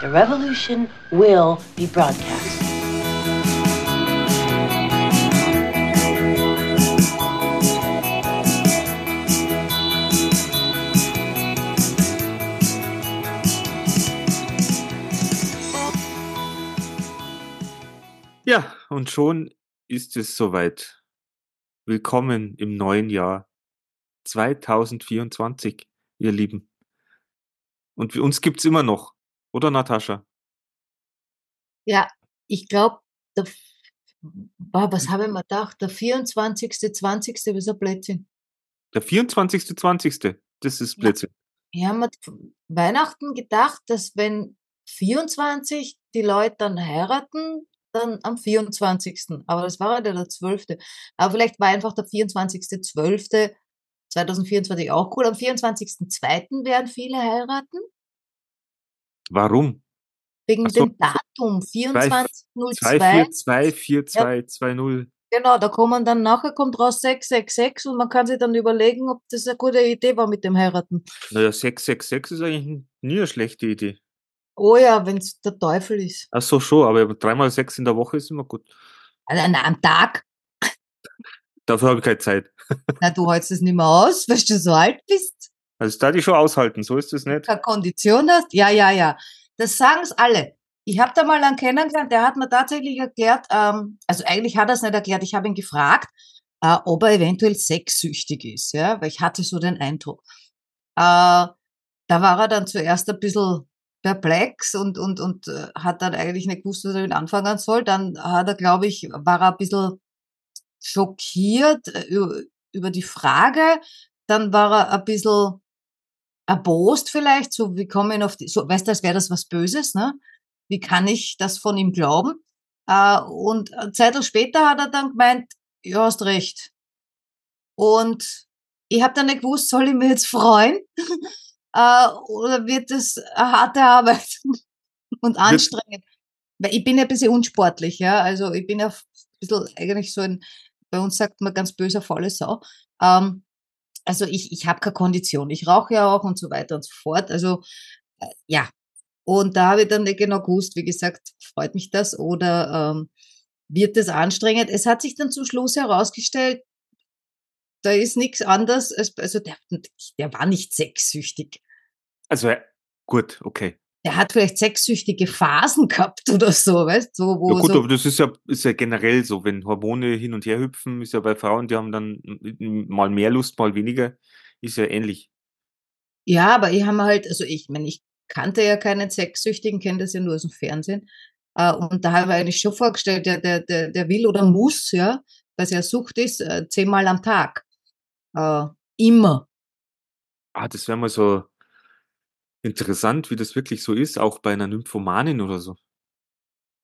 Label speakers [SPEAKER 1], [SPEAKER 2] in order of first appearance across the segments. [SPEAKER 1] The revolution will be broadcast.
[SPEAKER 2] Ja, und schon ist es soweit. Willkommen im neuen Jahr 2024, ihr Lieben. Und uns gibt's immer noch, oder Natascha?
[SPEAKER 3] Ja, ich glaube,
[SPEAKER 2] Hm.
[SPEAKER 3] was habe ich mir gedacht? Der 24., 20. ist ein Blödsinn.
[SPEAKER 2] Der 24. 20. Das ist Blödsinn.
[SPEAKER 3] Ich habe mir Weihnachten gedacht, dass wenn 24 die Leute dann heiraten, dann am 24. Aber das war halt ja der 12. Aber vielleicht war einfach der 24.12. 2024 auch cool. Am 24.2. werden viele heiraten.
[SPEAKER 2] Warum?
[SPEAKER 3] Wegen
[SPEAKER 2] Ach so.
[SPEAKER 3] dem Datum 24.02.
[SPEAKER 2] 244220.
[SPEAKER 3] Genau, da kommen dann nachher kommt raus 666 und man kann sich dann überlegen, ob das eine gute Idee war mit dem Heiraten.
[SPEAKER 2] Naja, 666 ist eigentlich nie eine schlechte Idee.
[SPEAKER 3] Oh ja, wenn es der Teufel ist.
[SPEAKER 2] Ach so, schon, aber dreimal sechs in der Woche ist immer gut.
[SPEAKER 3] Also, na, am Tag.
[SPEAKER 2] Dafür habe ich keine Zeit.
[SPEAKER 3] Na, du hältst es nicht mehr aus, weil du so alt bist.
[SPEAKER 2] Also da die schon aushalten, so ist es nicht.
[SPEAKER 3] keine Kondition hast. Ja, ja, ja. Das sagen es alle. Ich habe da mal einen kennengelernt, der hat mir tatsächlich erklärt, ähm, also eigentlich hat er es nicht erklärt, ich habe ihn gefragt, äh, ob er eventuell sexsüchtig ist, ja, weil ich hatte so den Eindruck. Äh, da war er dann zuerst ein bisschen perplex und, und, und äh, hat dann eigentlich nicht gewusst, was er mit anfangen soll. Dann hat er, glaube ich, war er ein bisschen schockiert äh, über, über die Frage. Dann war er ein bisschen erbost vielleicht, so wie komme ich auf die, so, weißt du, als wäre das was Böses, ne? Wie kann ich das von ihm glauben? Äh, und eine Zeit später hat er dann gemeint, ja, hast recht. Und ich habe dann nicht gewusst, soll ich mir jetzt freuen? äh, oder wird das eine harte Arbeit und anstrengend? Weil ich bin ja ein bisschen unsportlich, ja. Also ich bin ja ein bisschen eigentlich so ein, bei uns sagt man ganz böser, faule Sau. Ähm, also ich, ich habe keine Kondition, ich rauche ja auch und so weiter und so fort. Also äh, ja. Und da habe ich dann nicht genau gewusst, wie gesagt, freut mich das oder ähm, wird das anstrengend? Es hat sich dann zum Schluss herausgestellt, da ist nichts anders. Als, also der, der war nicht sexsüchtig.
[SPEAKER 2] Also äh, gut, okay.
[SPEAKER 3] Der hat vielleicht sexsüchtige Phasen gehabt oder so, weißt du? So, wo
[SPEAKER 2] Ja, gut,
[SPEAKER 3] so,
[SPEAKER 2] aber das ist ja, ist ja generell so, wenn Hormone hin und her hüpfen, ist ja bei Frauen, die haben dann m- m- mal mehr Lust, mal weniger, ist ja ähnlich.
[SPEAKER 3] Ja, aber ich habe halt, also ich meine, ich kannte ja keinen Sexsüchtigen, kenne das ja nur aus dem Fernsehen. Äh, und da habe ich mir eigentlich schon vorgestellt, der, der, der, der will oder muss, ja, dass er Sucht ist, äh, zehnmal am Tag. Äh, immer.
[SPEAKER 2] Ah, das wäre mal so interessant, wie das wirklich so ist, auch bei einer Nymphomanin oder so.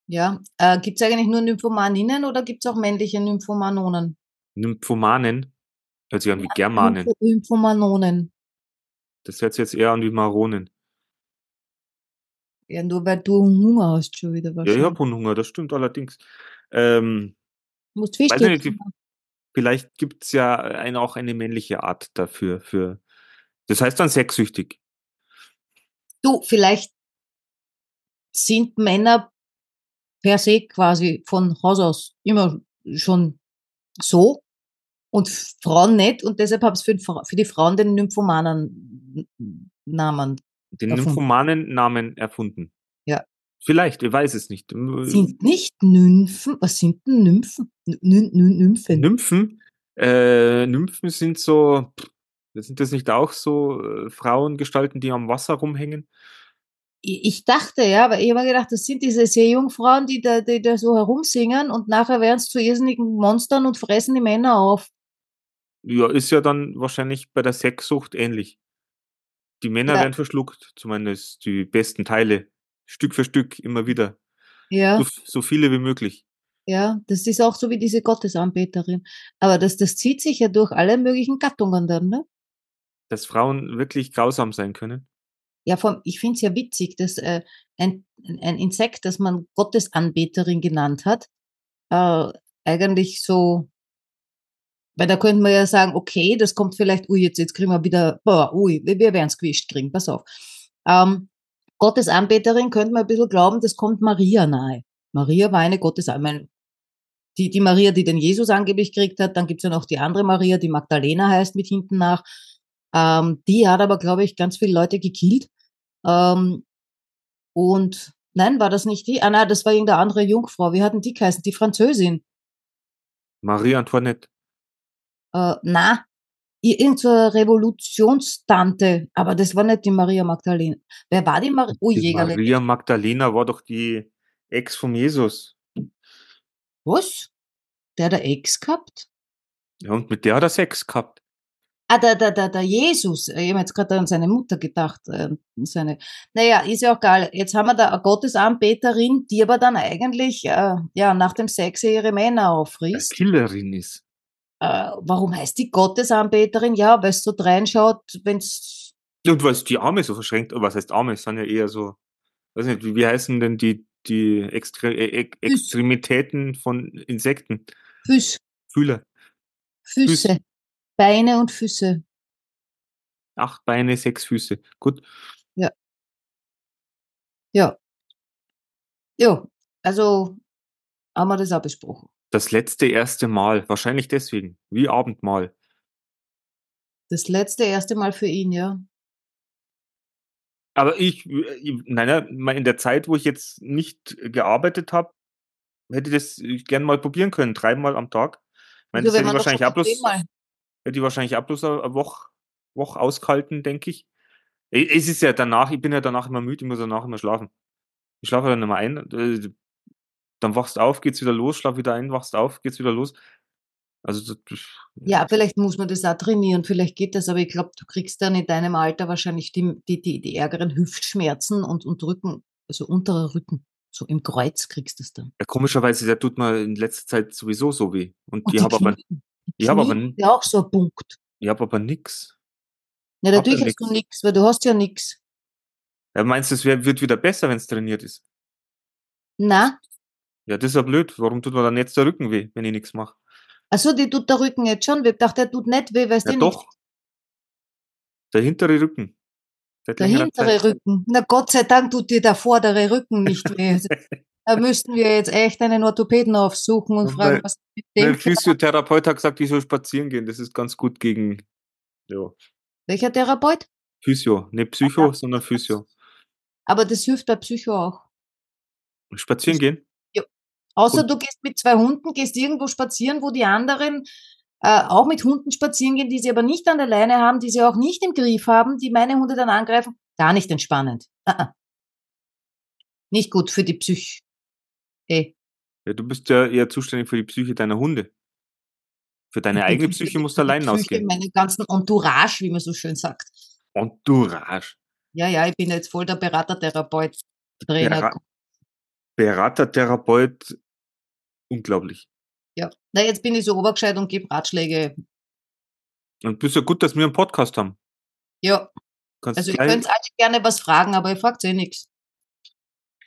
[SPEAKER 3] Ja. Äh, gibt es eigentlich nur Nymphomaninnen oder gibt es auch männliche Nymphomanonen?
[SPEAKER 2] Nymphomanen, hört sich an wie Germanen.
[SPEAKER 3] Nympho- Nymphomanonen.
[SPEAKER 2] Das hört sich jetzt eher an wie Maronen.
[SPEAKER 3] Ja, nur weil du Hunger hast schon
[SPEAKER 2] Ja,
[SPEAKER 3] wieder
[SPEAKER 2] ich
[SPEAKER 3] wahrscheinlich.
[SPEAKER 2] habe Hunger, das stimmt allerdings. Ähm,
[SPEAKER 3] Du musst Fisch
[SPEAKER 2] weiß ich nicht,
[SPEAKER 3] essen.
[SPEAKER 2] die- vielleicht gibt es ja eine, auch eine männliche Art dafür. Für, das heißt dann sexsüchtig.
[SPEAKER 3] Du, vielleicht sind Männer per se quasi von Haus aus immer schon so und Frauen nicht und deshalb habe ich für, die Fra- für die Frauen den Nymphomanen Namen.
[SPEAKER 2] Den
[SPEAKER 3] Erfunden.
[SPEAKER 2] Nymphomanen-Namen erfunden.
[SPEAKER 3] Ja.
[SPEAKER 2] Vielleicht, ich weiß es nicht. Ähm,
[SPEAKER 3] Sind nicht Nymphen, was sind denn Nymphen? Ny- Ny- Ny- Nymphen.
[SPEAKER 2] Nymphen, äh, Nymphen sind so, pff, sind das nicht auch so äh, Frauengestalten, die am Wasser rumhängen?
[SPEAKER 3] Ich ich dachte ja, aber ich habe mir gedacht, das sind diese Seejungfrauen, die da, die da so herumsingen und nachher werden sie zu irrsinnigen Monstern und fressen die Männer auf.
[SPEAKER 2] Ja, ist ja dann wahrscheinlich bei der Sexsucht ähnlich. Die Männer
[SPEAKER 3] Ja.
[SPEAKER 2] werden verschluckt, zumindest die besten Teile, Stück für Stück, immer wieder.
[SPEAKER 3] Ja.
[SPEAKER 2] So, so viele wie möglich.
[SPEAKER 3] Ja, das ist auch so wie diese Gottesanbeterin. Aber das, das zieht sich ja durch alle möglichen Gattungen dann, ne?
[SPEAKER 2] Dass Frauen wirklich grausam sein können.
[SPEAKER 3] Ja, vor allem, ich finde es ja witzig, dass äh, ein, ein Insekt, das man Gottesanbeterin genannt hat, äh, eigentlich so, weil da könnte man ja sagen, okay, das kommt vielleicht, ui, jetzt, jetzt kriegen wir wieder, boah, ui, wir, wir werden es gewischt kriegen, pass auf. Ähm, Gottesanbeterin könnte man ein bisschen glauben, das kommt Maria nahe. Maria war eine Gottesanbeterin. Die, die Maria, die den Jesus angeblich gekriegt hat, dann gibt's ja noch die andere Maria, die Magdalena heißt mit hinten nach. Ähm, die hat aber, glaube ich, ganz viele Leute gekillt. Ähm, und nein, war das nicht die? Ah nein, das war irgendeine andere Jungfrau. Wie hatten die geheißen? Die Französin.
[SPEAKER 2] Marie Antoinette.
[SPEAKER 3] Äh, na, ir- irgend so eine Revolutionstante. Aber das war nicht die Maria Magdalena. Wer war die Maria? Oh,
[SPEAKER 2] Die
[SPEAKER 3] Jägerle.
[SPEAKER 2] Maria Magdalena war doch die Ex von Jesus.
[SPEAKER 3] Was? Der hat eine Ex gehabt?
[SPEAKER 2] Ja, und mit der hat er Sex gehabt.
[SPEAKER 3] Ah, der, der, der, der Jesus. Ich habe jetzt gerade an seine Mutter gedacht. äh, Seine, naja, ist ja auch geil. Jetzt haben wir da eine Gottesanbeterin, die aber dann eigentlich äh, ja, nach dem Sex ihre Männer
[SPEAKER 2] Eine
[SPEAKER 3] auffrisst.
[SPEAKER 2] Killerin ist.
[SPEAKER 3] Äh, warum heißt die Gottesanbeterin? Ja, weil es so reinschaut, wenn's
[SPEAKER 2] Und weil es die Arme so verschränkt, Oh, was heißt Arme, es sind ja eher so, weiß nicht, wie, wie heißen denn die, die Extre äh, Ex-
[SPEAKER 3] Füß.
[SPEAKER 2] Extremitäten von Insekten?
[SPEAKER 3] Füß,
[SPEAKER 2] Fühler.
[SPEAKER 3] Füße, Beine und Füße.
[SPEAKER 2] Acht Beine, sechs Füße. Gut.
[SPEAKER 3] Ja, also haben wir das auch besprochen.
[SPEAKER 2] Das letzte erste Mal. Wahrscheinlich deswegen. Wie Abendmahl.
[SPEAKER 3] Das letzte erste Mal für ihn, ja.
[SPEAKER 2] Aber ich, ich naja, mal in der Zeit, wo ich jetzt nicht gearbeitet habe, hätte ich das äh, gern mal probieren können. Dreimal am Tag. Ich meine, das hätte
[SPEAKER 3] Also
[SPEAKER 2] ich
[SPEAKER 3] doch
[SPEAKER 2] wahrscheinlich
[SPEAKER 3] schon
[SPEAKER 2] auch bloß,
[SPEAKER 3] zehnmal-
[SPEAKER 2] hätte ich wahrscheinlich auch bloß eine eine Woche, Woche ausgehalten, denke ich. E- Es ist ja danach, ich bin ja danach immer müde, ich muss danach immer schlafen. Ich schlafe dann immer ein, äh, dann wachst auf, geht's wieder los, schlaf wieder ein, wachst auf, geht's wieder los. Also, das- das-
[SPEAKER 3] Ja, vielleicht muss man das auch trainieren, vielleicht geht das, aber ich glaube, du kriegst dann in deinem Alter wahrscheinlich die, die, die, die ärgeren Hüftschmerzen und, und Rücken, also unterer Rücken, so im Kreuz kriegst du es dann.
[SPEAKER 2] ja, komischerweise, der tut mir in letzter Zeit sowieso so weh. Und,
[SPEAKER 3] Und
[SPEAKER 2] ich habe aber,
[SPEAKER 3] Knie- die
[SPEAKER 2] ich habe aber
[SPEAKER 3] Knie
[SPEAKER 2] n-
[SPEAKER 3] ist ja auch so ein Punkt.
[SPEAKER 2] ich hab aber nix. Hab ja
[SPEAKER 3] Ja, natürlich hast du nichts, weil du hast ja nichts.
[SPEAKER 2] Ja, Äh, meinst du, es wär, wird wieder besser, wenn es trainiert ist?
[SPEAKER 3] Na,
[SPEAKER 2] Ja, das ist ja blöd. Warum tut mir dann jetzt der Rücken weh, wenn ich nichts mache?
[SPEAKER 3] also die tut der Rücken jetzt schon weh. Ich dachte, der tut nicht weh, weil es
[SPEAKER 2] Ja,
[SPEAKER 3] dir
[SPEAKER 2] doch. Der hintere Rücken. Seit
[SPEAKER 3] nicht, der
[SPEAKER 2] längerer
[SPEAKER 3] hintere
[SPEAKER 2] Zeit.
[SPEAKER 3] Rücken. Na Gott sei Dank tut dir der vordere Rücken nicht weh. Also, Da müssten wir jetzt echt einen Orthopäden aufsuchen und
[SPEAKER 2] Und
[SPEAKER 3] fragen,
[SPEAKER 2] weil-
[SPEAKER 3] was mit
[SPEAKER 2] Der
[SPEAKER 3] dem.
[SPEAKER 2] Physiotherapeut hat gesagt, ich soll spazieren gehen. Das ist ganz gut gegen ja,
[SPEAKER 3] Welcher Therapeut?
[SPEAKER 2] Physio. Nicht Psycho, sondern Physio.
[SPEAKER 3] Aber das hilft bei Psycho auch.
[SPEAKER 2] Spazieren gehen?
[SPEAKER 3] Außer
[SPEAKER 2] Und-
[SPEAKER 3] du gehst mit zwei Hunden, gehst irgendwo spazieren, wo die anderen äh, auch mit Hunden spazieren gehen, die sie aber nicht an der Leine haben, die sie auch nicht im Griff haben, die meine Hunde dann angreifen. Gar nicht entspannend. Ah, ah. Nicht gut für die Psyche. Eh. Ey,
[SPEAKER 2] Ja, du bist ja eher zuständig für die Psyche deiner Hunde. Für deine
[SPEAKER 3] ich bin
[SPEAKER 2] eigene
[SPEAKER 3] zuständig
[SPEAKER 2] Psyche musst
[SPEAKER 3] für
[SPEAKER 2] du
[SPEAKER 3] die
[SPEAKER 2] allein
[SPEAKER 3] Psyche,
[SPEAKER 2] ausgehen.
[SPEAKER 3] Meine ganzen Entourage, wie man so schön sagt.
[SPEAKER 2] Entourage.
[SPEAKER 3] Ja, ja, ich bin jetzt voll der Berater, Therapeut, Trainer.
[SPEAKER 2] Bera- Berater, Therapeut. Unglaublich.
[SPEAKER 3] ja. Na, jetzt bin ich so obergescheit und gebe Ratschläge.
[SPEAKER 2] Und bist ja gut, dass wir einen Podcast haben.
[SPEAKER 3] Ja,
[SPEAKER 2] Kannst
[SPEAKER 3] also ihr
[SPEAKER 2] gleich-
[SPEAKER 3] könnt alle gerne was fragen, aber ihr fragt eh nichts.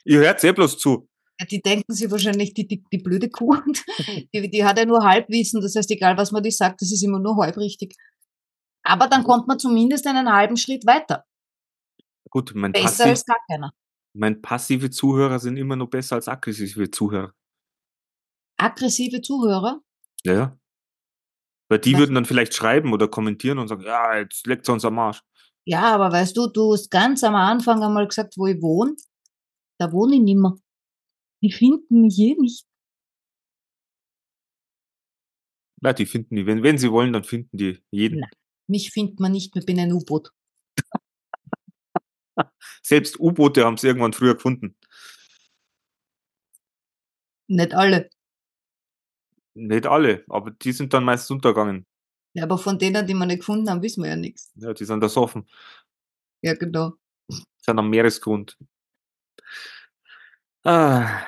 [SPEAKER 2] Ihr hört eh bloß zu.
[SPEAKER 3] Ja, Die denken sich wahrscheinlich, die, die, die blöde Kuh, die, die hat ja nur Halbwissen. Das heißt, egal was man die sagt, das ist immer nur halb richtig. Aber
[SPEAKER 2] Mhm.
[SPEAKER 3] dann kommt man zumindest einen halben Schritt weiter.
[SPEAKER 2] Gut, mein,
[SPEAKER 3] Besser
[SPEAKER 2] passi
[SPEAKER 3] als gar keiner.
[SPEAKER 2] mein passive Zuhörer sind immer noch besser als aggressive Zuhörer.
[SPEAKER 3] Aggressive Zuhörer?
[SPEAKER 2] Ja, ja. Weil die
[SPEAKER 3] Was-
[SPEAKER 2] würden dann vielleicht schreiben oder kommentieren und sagen, ja, jetzt leckt uns am Arsch.
[SPEAKER 3] Ja, aber weißt du, du hast ganz am Anfang einmal gesagt, wo ich wohne. Da wohne ich nimmer. Die finden mich hier nicht.
[SPEAKER 2] Ja, die finden die. Wenn, wenn sie wollen, dann finden die jeden.
[SPEAKER 3] Nein. Mich findet man nicht, ich bin ein U-Boot.
[SPEAKER 2] Selbst U-Boote haben es irgendwann früher gefunden.
[SPEAKER 3] Nicht alle.
[SPEAKER 2] Nicht alle, aber die sind dann meistens untergegangen.
[SPEAKER 3] Ja, aber von denen, die wir nicht gefunden haben, wissen wir ja nichts.
[SPEAKER 2] Ja, die sind da offen.
[SPEAKER 3] Ja, genau.
[SPEAKER 2] Sind am Meeresgrund. Ah.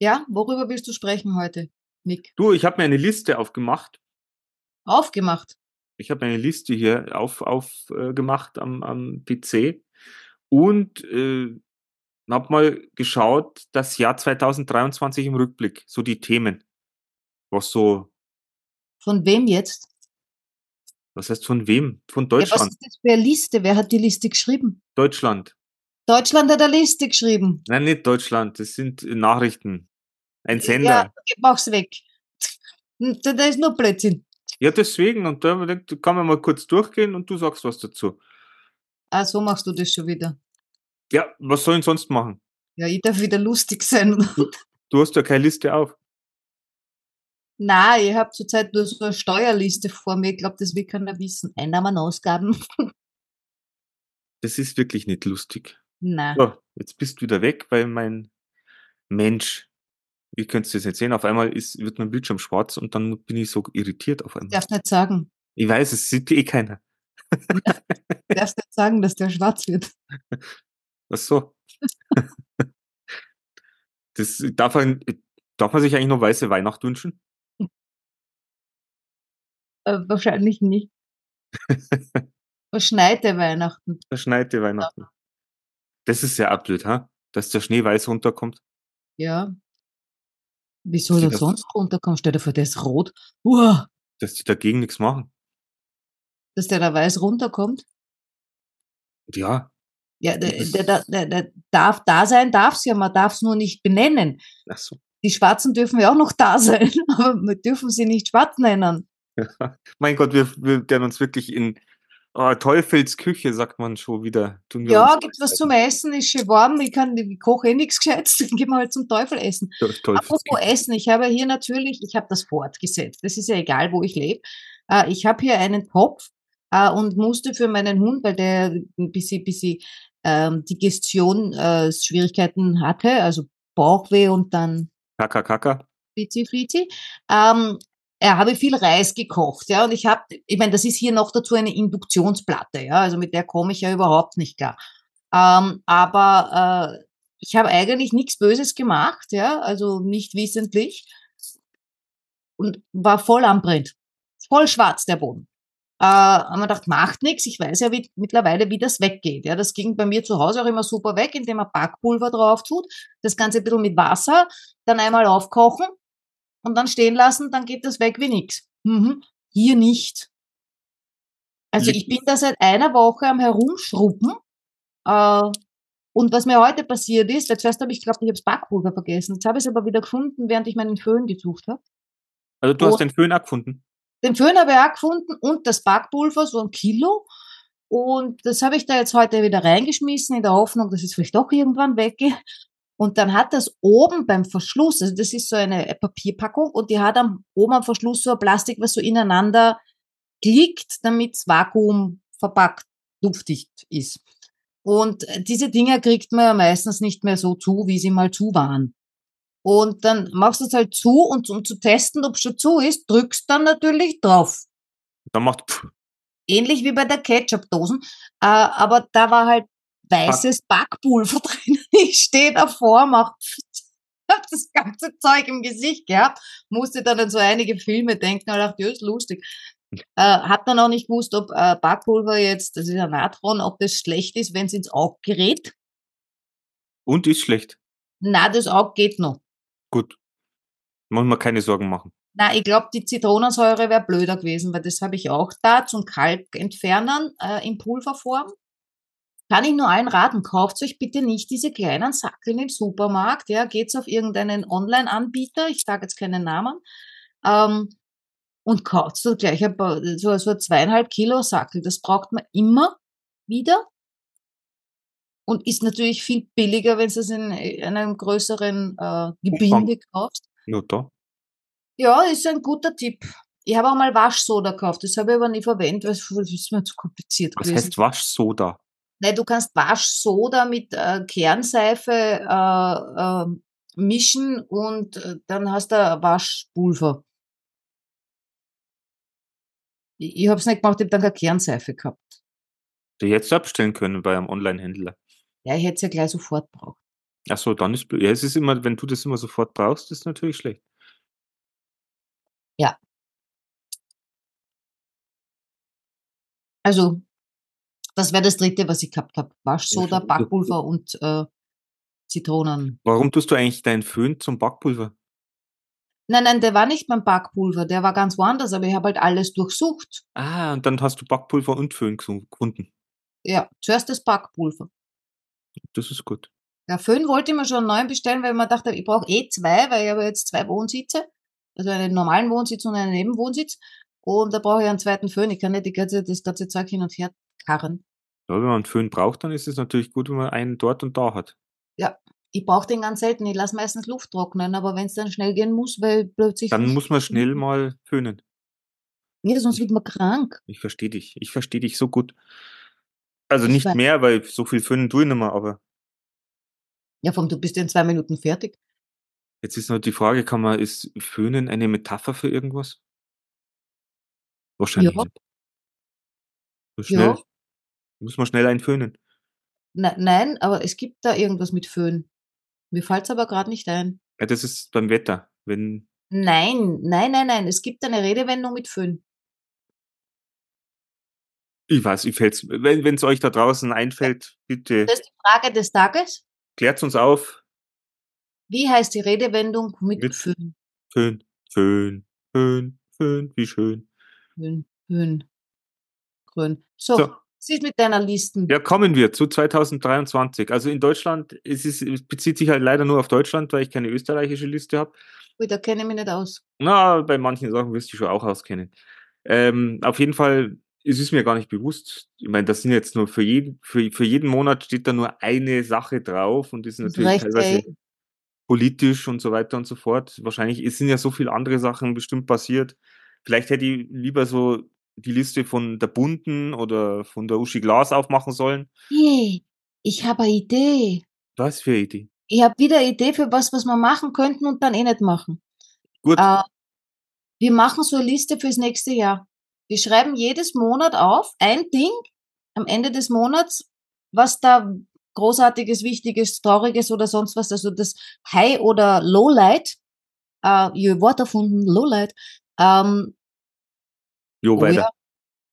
[SPEAKER 3] Ja, worüber willst du sprechen heute, Nick?
[SPEAKER 2] Du, ich habe mir eine Liste aufgemacht
[SPEAKER 3] Aufgemacht.
[SPEAKER 2] Ich habe eine Liste hier auf, auf, äh, gemacht am, am PC und äh, habe mal geschaut, das Jahr 2023 im Rückblick, so die Themen. Was so,
[SPEAKER 3] Von wem jetzt?
[SPEAKER 2] was heißt von wem? Von
[SPEAKER 3] Ja, was
[SPEAKER 2] Deutschland.
[SPEAKER 3] ist das für eine Liste? Wer hat die Liste geschrieben?
[SPEAKER 2] Deutschland.
[SPEAKER 3] Deutschland hat eine Liste geschrieben.
[SPEAKER 2] Nein, nicht Deutschland, das sind äh, Nachrichten. Ein
[SPEAKER 3] Ja,
[SPEAKER 2] Sender.
[SPEAKER 3] mach's weg. Und Da da ist nur Blödsinn.
[SPEAKER 2] Ja, deswegen. Und da haben wir gedacht, kann man mal kurz durchgehen und du sagst was dazu.
[SPEAKER 3] Ah, so machst du das schon wieder.
[SPEAKER 2] Ja, was soll ich sonst machen?
[SPEAKER 3] Ja, ich darf wieder lustig sein.
[SPEAKER 2] Du hast ja keine Liste auf.
[SPEAKER 3] Nein, ich habe zurzeit nur so eine Steuerliste vor mir. Ich glaube, das will keiner wissen. Einnahmen, Ausgaben.
[SPEAKER 2] Das ist wirklich nicht lustig.
[SPEAKER 3] Nein.
[SPEAKER 2] So, jetzt bist du wieder weg, weil mein Mensch, ihr könnt es jetzt nicht sehen, auf einmal ist, wird mein Bildschirm schwarz und dann bin ich so irritiert auf einmal.
[SPEAKER 3] Ich darf nicht sagen.
[SPEAKER 2] Ich weiß, es sieht eh keiner.
[SPEAKER 3] Ich darf nicht sagen, dass der schwarz wird.
[SPEAKER 2] Ach so. das darf man, darf man sich eigentlich nur weiße Weihnacht wünschen?
[SPEAKER 3] Äh, wahrscheinlich nicht. Verschneite Weihnachten.
[SPEAKER 2] Verschneite Weihnachten. Das ist ja blöd, ha? Dass der Schnee weiß runterkommt.
[SPEAKER 3] Ja. Wie soll
[SPEAKER 2] Steht
[SPEAKER 3] er
[SPEAKER 2] auf-
[SPEAKER 3] sonst runterkommen? Stell dir vor, der ist rot. Uah,
[SPEAKER 2] Dass die dagegen nichts machen.
[SPEAKER 3] dass der da weiß runterkommt.
[SPEAKER 2] Ja.
[SPEAKER 3] Ja,
[SPEAKER 2] Ja,
[SPEAKER 3] der,
[SPEAKER 2] das-
[SPEAKER 3] der, der, der, der darf da sein, darf's ja. Man darf's nur nicht benennen.
[SPEAKER 2] Ach so.
[SPEAKER 3] Die Schwarzen dürfen ja auch noch da sein, aber wir dürfen sie nicht schwarz nennen.
[SPEAKER 2] Mein Gott, wir, wir werden uns wirklich in oh, Teufelsküche, sagt man schon wieder. Tun wir
[SPEAKER 3] Ja,
[SPEAKER 2] uns
[SPEAKER 3] gibt was zum Essen, ist schön warm, ich kann, ich koche eh nichts Gescheites, dann gehen wir halt zum Teufel essen.
[SPEAKER 2] Teu-
[SPEAKER 3] Apropos
[SPEAKER 2] Teufelsküche.
[SPEAKER 3] Essen, ich habe hier natürlich, ich habe das fortgesetzt, das ist ja egal, wo ich lebe. Äh, ich habe hier einen Topf äh, und musste für meinen Hund, weil der ein bisschen, bisschen ähm, Digestion, äh, Schwierigkeiten hatte, also Bauchweh und dann
[SPEAKER 2] Kaka, kaka.
[SPEAKER 3] Fritzi, Fritzi. Ähm, er habe viel Reis gekocht, ja, und ich habe, ich meine, das ist hier noch dazu eine Induktionsplatte, ja, also mit der komme ich ja überhaupt nicht klar. Ähm, aber äh, ich habe eigentlich nichts Böses gemacht, ja, also nicht wissentlich und war voll anbrennt, voll schwarz der Boden. Äh, haben wir gedacht, macht nichts, ich weiß ja wie, mittlerweile, wie das weggeht. Ja, das ging bei mir zu Hause auch immer super weg, indem man Backpulver drauf tut, das Ganze ein bisschen mit Wasser, dann einmal aufkochen und dann stehen lassen, dann geht das weg wie nix. Mhm. Hier nicht. Also ich bin da seit einer Woche am herumschrubben. Äh, und was mir heute passiert ist, weil zuerst habe ich geglaubt, ich habe das Backpulver vergessen. Jetzt habe ich es aber wieder gefunden, während ich meinen Föhn gesucht habe.
[SPEAKER 2] Also du
[SPEAKER 3] Oh.
[SPEAKER 2] hast den Föhn auch gefunden.
[SPEAKER 3] Den Föhn habe ich auch gefunden und das Backpulver, so ein Kilo. Und das habe ich da jetzt heute wieder reingeschmissen, in der Hoffnung, dass es vielleicht doch irgendwann weggeht. Und dann hat das oben beim Verschluss, also das ist so eine Papierpackung, und die hat am, oben am Verschluss so ein Plastik, was so ineinander klickt, damit es vakuum verpackt, luftdicht ist. Und äh, diese Dinger kriegt man ja meistens nicht mehr so zu, wie sie mal zu waren. Und dann machst du es halt zu und um zu testen, ob es schon zu ist, drückst dann natürlich drauf.
[SPEAKER 2] Dann macht pff,
[SPEAKER 3] Ähnlich wie bei der Ketchup-Dosen. Äh, aber da war halt weißes Backpulver drin. Ich stehe davor, mach hab das ganze Zeug im Gesicht gehabt, musste dann an so einige Filme denken und dachte, ja, ist lustig. Äh, hab dann auch nicht gewusst, ob äh, Backpulver jetzt, das ist ja Natron, ob das schlecht ist, wenn es ins Auge gerät.
[SPEAKER 2] und ist schlecht.
[SPEAKER 3] Na, das Auge geht noch.
[SPEAKER 2] Gut. Muss man keine Sorgen machen.
[SPEAKER 3] Na, ich glaube, die Zitronensäure wäre blöder gewesen, weil das habe ich auch da zum Kalkentfernern äh, in Pulverform. Kann ich nur allen raten, kauft euch bitte nicht diese kleinen Sackeln im Supermarkt. Ja, geht's auf irgendeinen Online-Anbieter, ich sage jetzt keinen Namen, ähm, und kauft so gleich ein paar, so, so ein zweieinhalb Kilo Sackel. Das braucht man immer wieder. Und ist natürlich viel billiger, wenn du es in einem größeren äh, Gebinde kaufst.
[SPEAKER 2] Ja, da.
[SPEAKER 3] Ja, ist ein guter Tipp. Ich habe auch mal Waschsoda gekauft. Das habe ich aber nie verwendet, weil es- das ist mir zu kompliziert
[SPEAKER 2] Was
[SPEAKER 3] gewesen.
[SPEAKER 2] heißt Waschsoda?
[SPEAKER 3] Nein, du kannst Waschsoda mit äh, Kernseife äh, äh, mischen und äh, dann hast du ein Waschpulver. Ich, ich habe es nicht gemacht, ich habe dann keine Kernseife gehabt.
[SPEAKER 2] Die jetzt abstellen können bei einem Online-Händler.
[SPEAKER 3] Ja, ich hätte es ja gleich sofort braucht.
[SPEAKER 2] Ach so, dann ist blöd. Ja, es ist immer, wenn du das immer sofort brauchst, ist natürlich schlecht.
[SPEAKER 3] Also, das wäre das dritte, was ich gehabt habe. Waschsoda,
[SPEAKER 2] du-
[SPEAKER 3] Backpulver und äh, Zitronen.
[SPEAKER 2] Warum tust du eigentlich deinen Föhn zum Backpulver?
[SPEAKER 3] Nein, nein, der war nicht beim Backpulver, der war ganz woanders, aber ich habe halt alles durchsucht.
[SPEAKER 2] Ah, und dann hast du Backpulver und Föhn gesu- gefunden.
[SPEAKER 3] Ja, zuerst das Backpulver.
[SPEAKER 2] Das ist gut.
[SPEAKER 3] Ja, fünf wollte ich mir schon einen neuen bestellen, weil ich mir dachte, ich brauche eh zwei, weil ich habe jetzt zwei Wohnsitze. Also einen normalen Wohnsitz und einen Nebenwohnsitz. Und da brauche ich einen zweiten Föhn. Ich kann nicht die ganze, das ganze Zeug hin und her karren.
[SPEAKER 2] Ja, wenn man einen Föhn braucht, dann ist es natürlich gut, wenn man einen dort und da hat.
[SPEAKER 3] Ich brauche den ganz selten. Ich lasse meistens Luft trocknen, aber wenn es dann schnell gehen muss, weil plötzlich.
[SPEAKER 2] Dann muss man schnell
[SPEAKER 3] mhm.
[SPEAKER 2] mal föhnen.
[SPEAKER 3] Ja, sonst wird man krank.
[SPEAKER 2] Ich verstehe dich. Ich verstehe dich so gut. Also
[SPEAKER 3] Ich
[SPEAKER 2] nicht
[SPEAKER 3] weiß.
[SPEAKER 2] mehr, weil so viel föhnen tue ich nicht mehr, aber
[SPEAKER 3] Ja, vom du bist in zwei Minuten fertig.
[SPEAKER 2] jetzt ist noch die Frage, kann man, ist Föhnen eine Metapher für irgendwas? Wahrscheinlich
[SPEAKER 3] Ja.
[SPEAKER 2] nicht. So schnell.
[SPEAKER 3] Ja.
[SPEAKER 2] Muss man schnell einen föhnen.
[SPEAKER 3] Ne- nein, aber es gibt da irgendwas mit Föhn. Mir fällt es aber gerade nicht ein.
[SPEAKER 2] Ja, das ist beim Wetter. Wenn,
[SPEAKER 3] Nein, nein, nein, nein. Es gibt eine Redewendung mit Föhn.
[SPEAKER 2] ich weiß, ich fällt's, wenn es euch da draußen einfällt, bitte
[SPEAKER 3] Das ist die Frage des Tages.
[SPEAKER 2] klärt's uns auf.
[SPEAKER 3] Wie heißt die Redewendung mit,
[SPEAKER 2] Mit-
[SPEAKER 3] Föhn?
[SPEAKER 2] Föhn, Föhn, Föhn, Föhn, wie schön.
[SPEAKER 3] Föhn, Föhn, Grün. So,
[SPEAKER 2] So.
[SPEAKER 3] was ist mit deiner Listen?
[SPEAKER 2] Ja, kommen wir zu 2023. Also in Deutschland, es, ist, es bezieht sich halt leider nur auf Deutschland, weil ich keine österreichische Liste habe.
[SPEAKER 3] Ui, Da kenne ich mich nicht aus.
[SPEAKER 2] Na, bei manchen Sachen wirst du schon auch auskennen. Ähm, auf jeden Fall, es ist mir gar nicht bewusst. Ich meine, das sind jetzt nur für jeden, für, für jeden Monat steht da nur eine Sache drauf und ist
[SPEAKER 3] Hast
[SPEAKER 2] natürlich
[SPEAKER 3] recht,
[SPEAKER 2] teilweise
[SPEAKER 3] ey.
[SPEAKER 2] politisch und so weiter und so fort. Wahrscheinlich, es sind ja so viele andere Sachen bestimmt passiert. Vielleicht hätte ich lieber so die Liste von der Bunten oder von der Uschi Glas aufmachen sollen.
[SPEAKER 3] Hey, ich habe eine Idee.
[SPEAKER 2] Was für eine Idee.
[SPEAKER 3] Ich habe wieder eine Idee für was, was wir machen könnten und dann eh nicht machen.
[SPEAKER 2] Gut,
[SPEAKER 3] Äh, wir machen so eine Liste fürs nächste Jahr. Wir schreiben jedes Monat auf, ein Ding am Ende des Monats, was da großartiges, wichtiges, trauriges oder sonst was, also das High oder Lowlight, äh, ihr Wort erfunden, Lowlight, ähm,
[SPEAKER 2] jo,
[SPEAKER 3] Oh
[SPEAKER 2] weiter.
[SPEAKER 3] ja,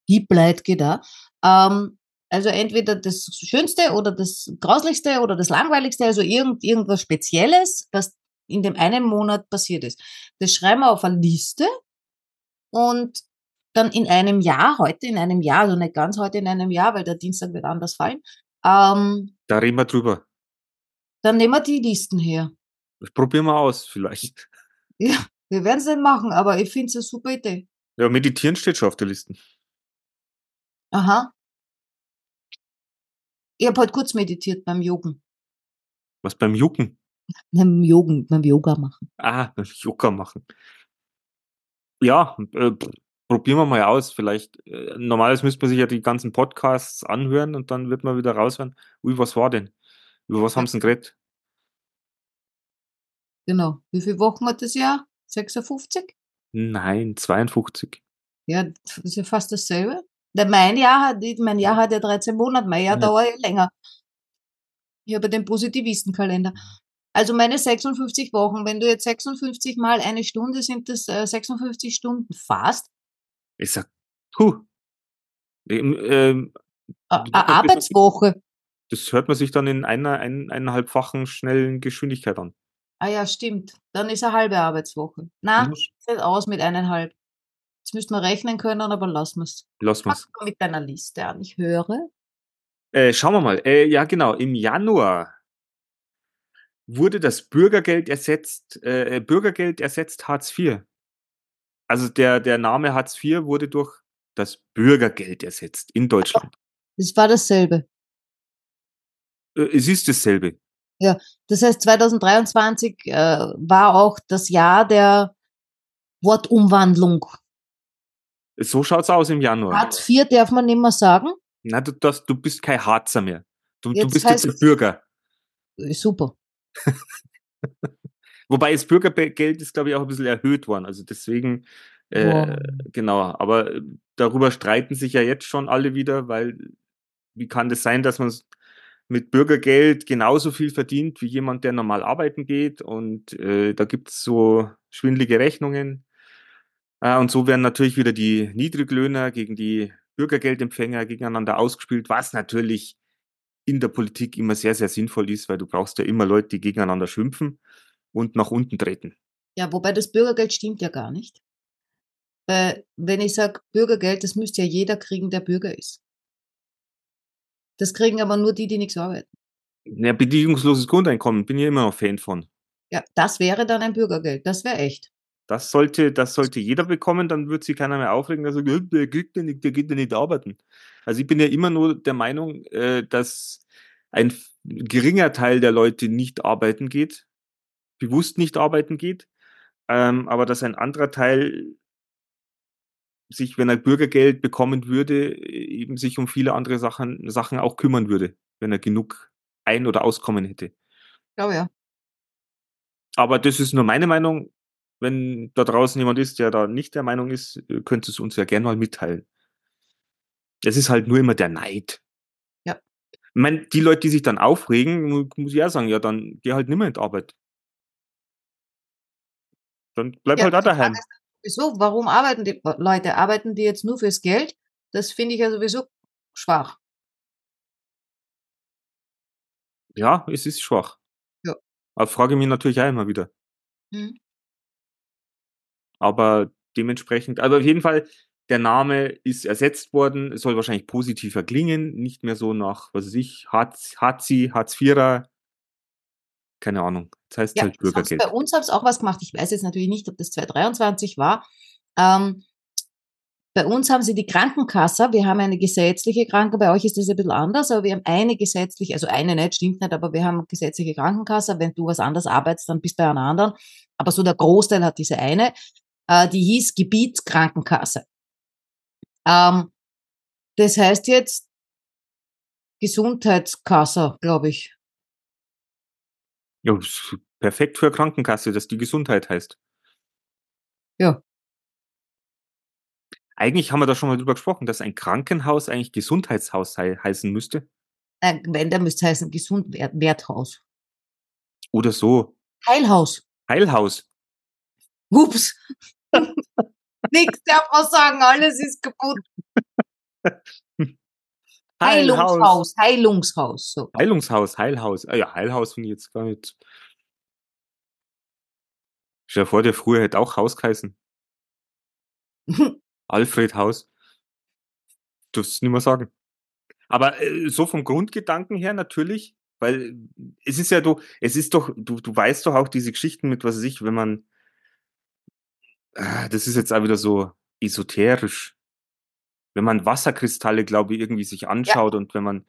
[SPEAKER 3] Hiebleid geht auch. Ähm, also entweder das Schönste oder das Grauslichste oder das Langweiligste, also irgend, irgendwas Spezielles, was in dem einen Monat passiert ist. Das schreiben wir auf eine Liste und dann in einem Jahr, heute in einem Jahr, also nicht ganz heute in einem Jahr, weil der Dienstag wird anders fallen, ähm,
[SPEAKER 2] Da reden wir drüber.
[SPEAKER 3] dann nehmen wir die Listen her.
[SPEAKER 2] Das probieren wir aus, vielleicht.
[SPEAKER 3] Wir werden es nicht machen, aber ich finde es eine super Idee.
[SPEAKER 2] Ja, meditieren steht schon auf der Liste.
[SPEAKER 3] Aha. Ich habe heute kurz meditiert beim Joggen.
[SPEAKER 2] Was beim Jucken?
[SPEAKER 3] Beim Joggen, beim Yoga machen.
[SPEAKER 2] Ah, beim Jucker machen. Ja, äh, pr- probieren wir mal aus. Vielleicht, äh, normales müsste man sich ja die ganzen Podcasts anhören und dann wird man wieder raushören. Ui, was war denn? Über was haben sie denn geredet?
[SPEAKER 3] Genau. Wie viele Wochen hat das Jahr? 56?
[SPEAKER 2] Nein, 52.
[SPEAKER 3] Ja, das ist ja fast dasselbe. Na, Mein Jahr hat, mein Jahr hat ja 13 Monate, mein Jahr
[SPEAKER 2] Ja.
[SPEAKER 3] dauert ja länger. Ich habe den Positivistenkalender. Also meine 56 Wochen, wenn du jetzt 56 mal eine Stunde sind das äh, 56 Stunden fast.
[SPEAKER 2] Ich sag, puh. Ähm, ähm,
[SPEAKER 3] Eine
[SPEAKER 2] Du
[SPEAKER 3] eine
[SPEAKER 2] hast ja gesagt,
[SPEAKER 3] Arbeitswoche.
[SPEAKER 2] das hört man sich dann in einer ein, eineinhalbfachen schnellen Geschwindigkeit an.
[SPEAKER 3] Ah ja, stimmt. Dann ist eine halbe Arbeitswoche. Na,
[SPEAKER 2] Los,
[SPEAKER 3] sieht aus mit eineinhalb. Jetzt müssten wir rechnen können, aber lassen wir es.
[SPEAKER 2] Lass mal's.
[SPEAKER 3] Fang mal mit deiner Liste an. Ich höre.
[SPEAKER 2] Äh, schauen wir mal. Äh, ja, genau. Im Januar wurde das Bürgergeld ersetzt, äh, Bürgergeld ersetzt Hartz IV. Also der, der Name Hartz IV wurde durch das Bürgergeld ersetzt in Deutschland.
[SPEAKER 3] Es war dasselbe.
[SPEAKER 2] Äh, es ist dasselbe.
[SPEAKER 3] Das heißt, 2023 äh, war auch das Jahr der Wortumwandlung.
[SPEAKER 2] So schaut's aus im Januar.
[SPEAKER 3] Hartz IV darf man nicht mehr sagen.
[SPEAKER 2] Na, du, das, du bist kein Harzer mehr. Du, du
[SPEAKER 3] Jetzt
[SPEAKER 2] bist jetzt ein
[SPEAKER 3] heißt's-
[SPEAKER 2] Bürger.
[SPEAKER 3] Äh, Super.
[SPEAKER 2] Wobei das Bürgergeld ist, glaube ich, auch ein bisschen erhöht worden. Also deswegen, äh,
[SPEAKER 3] Wow.
[SPEAKER 2] genau. Aber äh, darüber streiten sich ja jetzt schon alle wieder, weil wie kann das sein, dass man s- mit Bürgergeld genauso viel verdient wie jemand, der normal arbeiten geht? Und äh, da gibt es so schwindelige Rechnungen. Äh, und so werden natürlich wieder die Niedriglöhner gegen die Bürgergeldempfänger gegeneinander ausgespielt, was natürlich in der Politik immer sehr, sehr sinnvoll ist, weil du brauchst ja immer Leute, die gegeneinander schimpfen und nach unten treten.
[SPEAKER 3] Ja, wobei das Bürgergeld stimmt ja gar nicht. Weil wenn ich sage Bürgergeld, das müsste ja jeder kriegen, der Bürger ist. Das kriegen aber nur die, die nichts arbeiten.
[SPEAKER 2] Ja, bedingungsloses Grundeinkommen, bin ich immer noch Fan von.
[SPEAKER 3] Ja, das wäre dann ein Bürgergeld. Das wäre echt.
[SPEAKER 2] Das sollte, das sollte jeder bekommen, dann wird sich keiner mehr aufregen, der sagt, "Äh, der kriegt ja nicht, der geht ja nicht arbeiten. Also ich bin ja immer nur der Meinung, äh, dass ein f- geringer Teil der Leute nicht arbeiten geht, bewusst nicht arbeiten geht, ähm, aber dass ein anderer Teil sich, wenn er Bürgergeld bekommen würde, äh, eben sich um viele andere Sachen, Sachen auch kümmern würde, wenn er genug Ein- oder Auskommen hätte.
[SPEAKER 3] Ich glaube ja.
[SPEAKER 2] Aber das ist nur meine Meinung. Wenn da draußen jemand ist, der da nicht der Meinung ist, äh, könnt es uns ja gerne mal mitteilen. Es ist halt nur immer der Neid.
[SPEAKER 3] Ja.
[SPEAKER 2] Ich meine, die Leute, die sich dann aufregen, mu- muss ich ja sagen, ja, dann geh halt nimmer in die Arbeit. Dann bleib
[SPEAKER 3] Ja,
[SPEAKER 2] halt auch
[SPEAKER 3] die Frage
[SPEAKER 2] daheim.
[SPEAKER 3] ist dann Sowieso, warum arbeiten die Leute? Arbeiten die jetzt nur fürs Geld? Das finde ich ja sowieso schwach.
[SPEAKER 2] Ja, es ist schwach.
[SPEAKER 3] Ja.
[SPEAKER 2] Aber frage mich natürlich auch immer wieder.
[SPEAKER 3] Mhm.
[SPEAKER 2] Aber dementsprechend, also auf jeden Fall, der Name ist ersetzt worden, es soll wahrscheinlich positiver klingen, nicht mehr so nach, was weiß ich, Hartz, Hartzi, Hartz Vierer, keine Ahnung, das heißt
[SPEAKER 3] Ja,
[SPEAKER 2] halt
[SPEAKER 3] das haben's
[SPEAKER 2] Bürgergeld.
[SPEAKER 3] bei uns haben es auch was gemacht. Ich weiß jetzt natürlich nicht, ob das 2023 war. Ähm, bei uns haben sie die Krankenkasse. Wir haben eine gesetzliche Krankenkasse. Bei euch ist das ein bisschen anders, aber wir haben eine gesetzliche, also eine nicht, stimmt nicht, aber wir haben gesetzliche Krankenkasse. Wenn du was anderes arbeitest, dann bist du bei einer anderen. Aber so der Großteil hat diese eine. Äh, die hieß Gebietskrankenkasse. Ähm, das heißt jetzt Gesundheitskasse, glaube ich.
[SPEAKER 2] Ja, ist perfekt für eine Krankenkasse, dass die Gesundheit heißt.
[SPEAKER 3] Ja.
[SPEAKER 2] Eigentlich haben wir da schon mal drüber gesprochen, dass ein Krankenhaus eigentlich Gesundheitshaus sei, heißen müsste.
[SPEAKER 3] Äh, wenn, dann müsste es heißen Gesundwerthaus. Werthaus.
[SPEAKER 2] Oder so.
[SPEAKER 3] Heilhaus.
[SPEAKER 2] Heilhaus.
[SPEAKER 3] Ups. Nichts darf man sagen, alles ist kaputt. Heilungshaus, Heilungshaus. So.
[SPEAKER 2] Heilungshaus, Heilhaus. Ah ja, Heilhaus finde ich jetzt gar nicht. Stell dir vor, der früher hätte auch Haus geheißen. Alfred Haus. Dürfst du nicht mehr sagen. Aber äh, so vom Grundgedanken her natürlich, weil äh, es ist ja du, es ist doch, du, du weißt doch auch diese Geschichten mit, was weiß ich, wenn man, Ah, das ist jetzt auch wieder so esoterisch. Wenn man Wasserkristalle, glaube ich, irgendwie sich anschaut und wenn man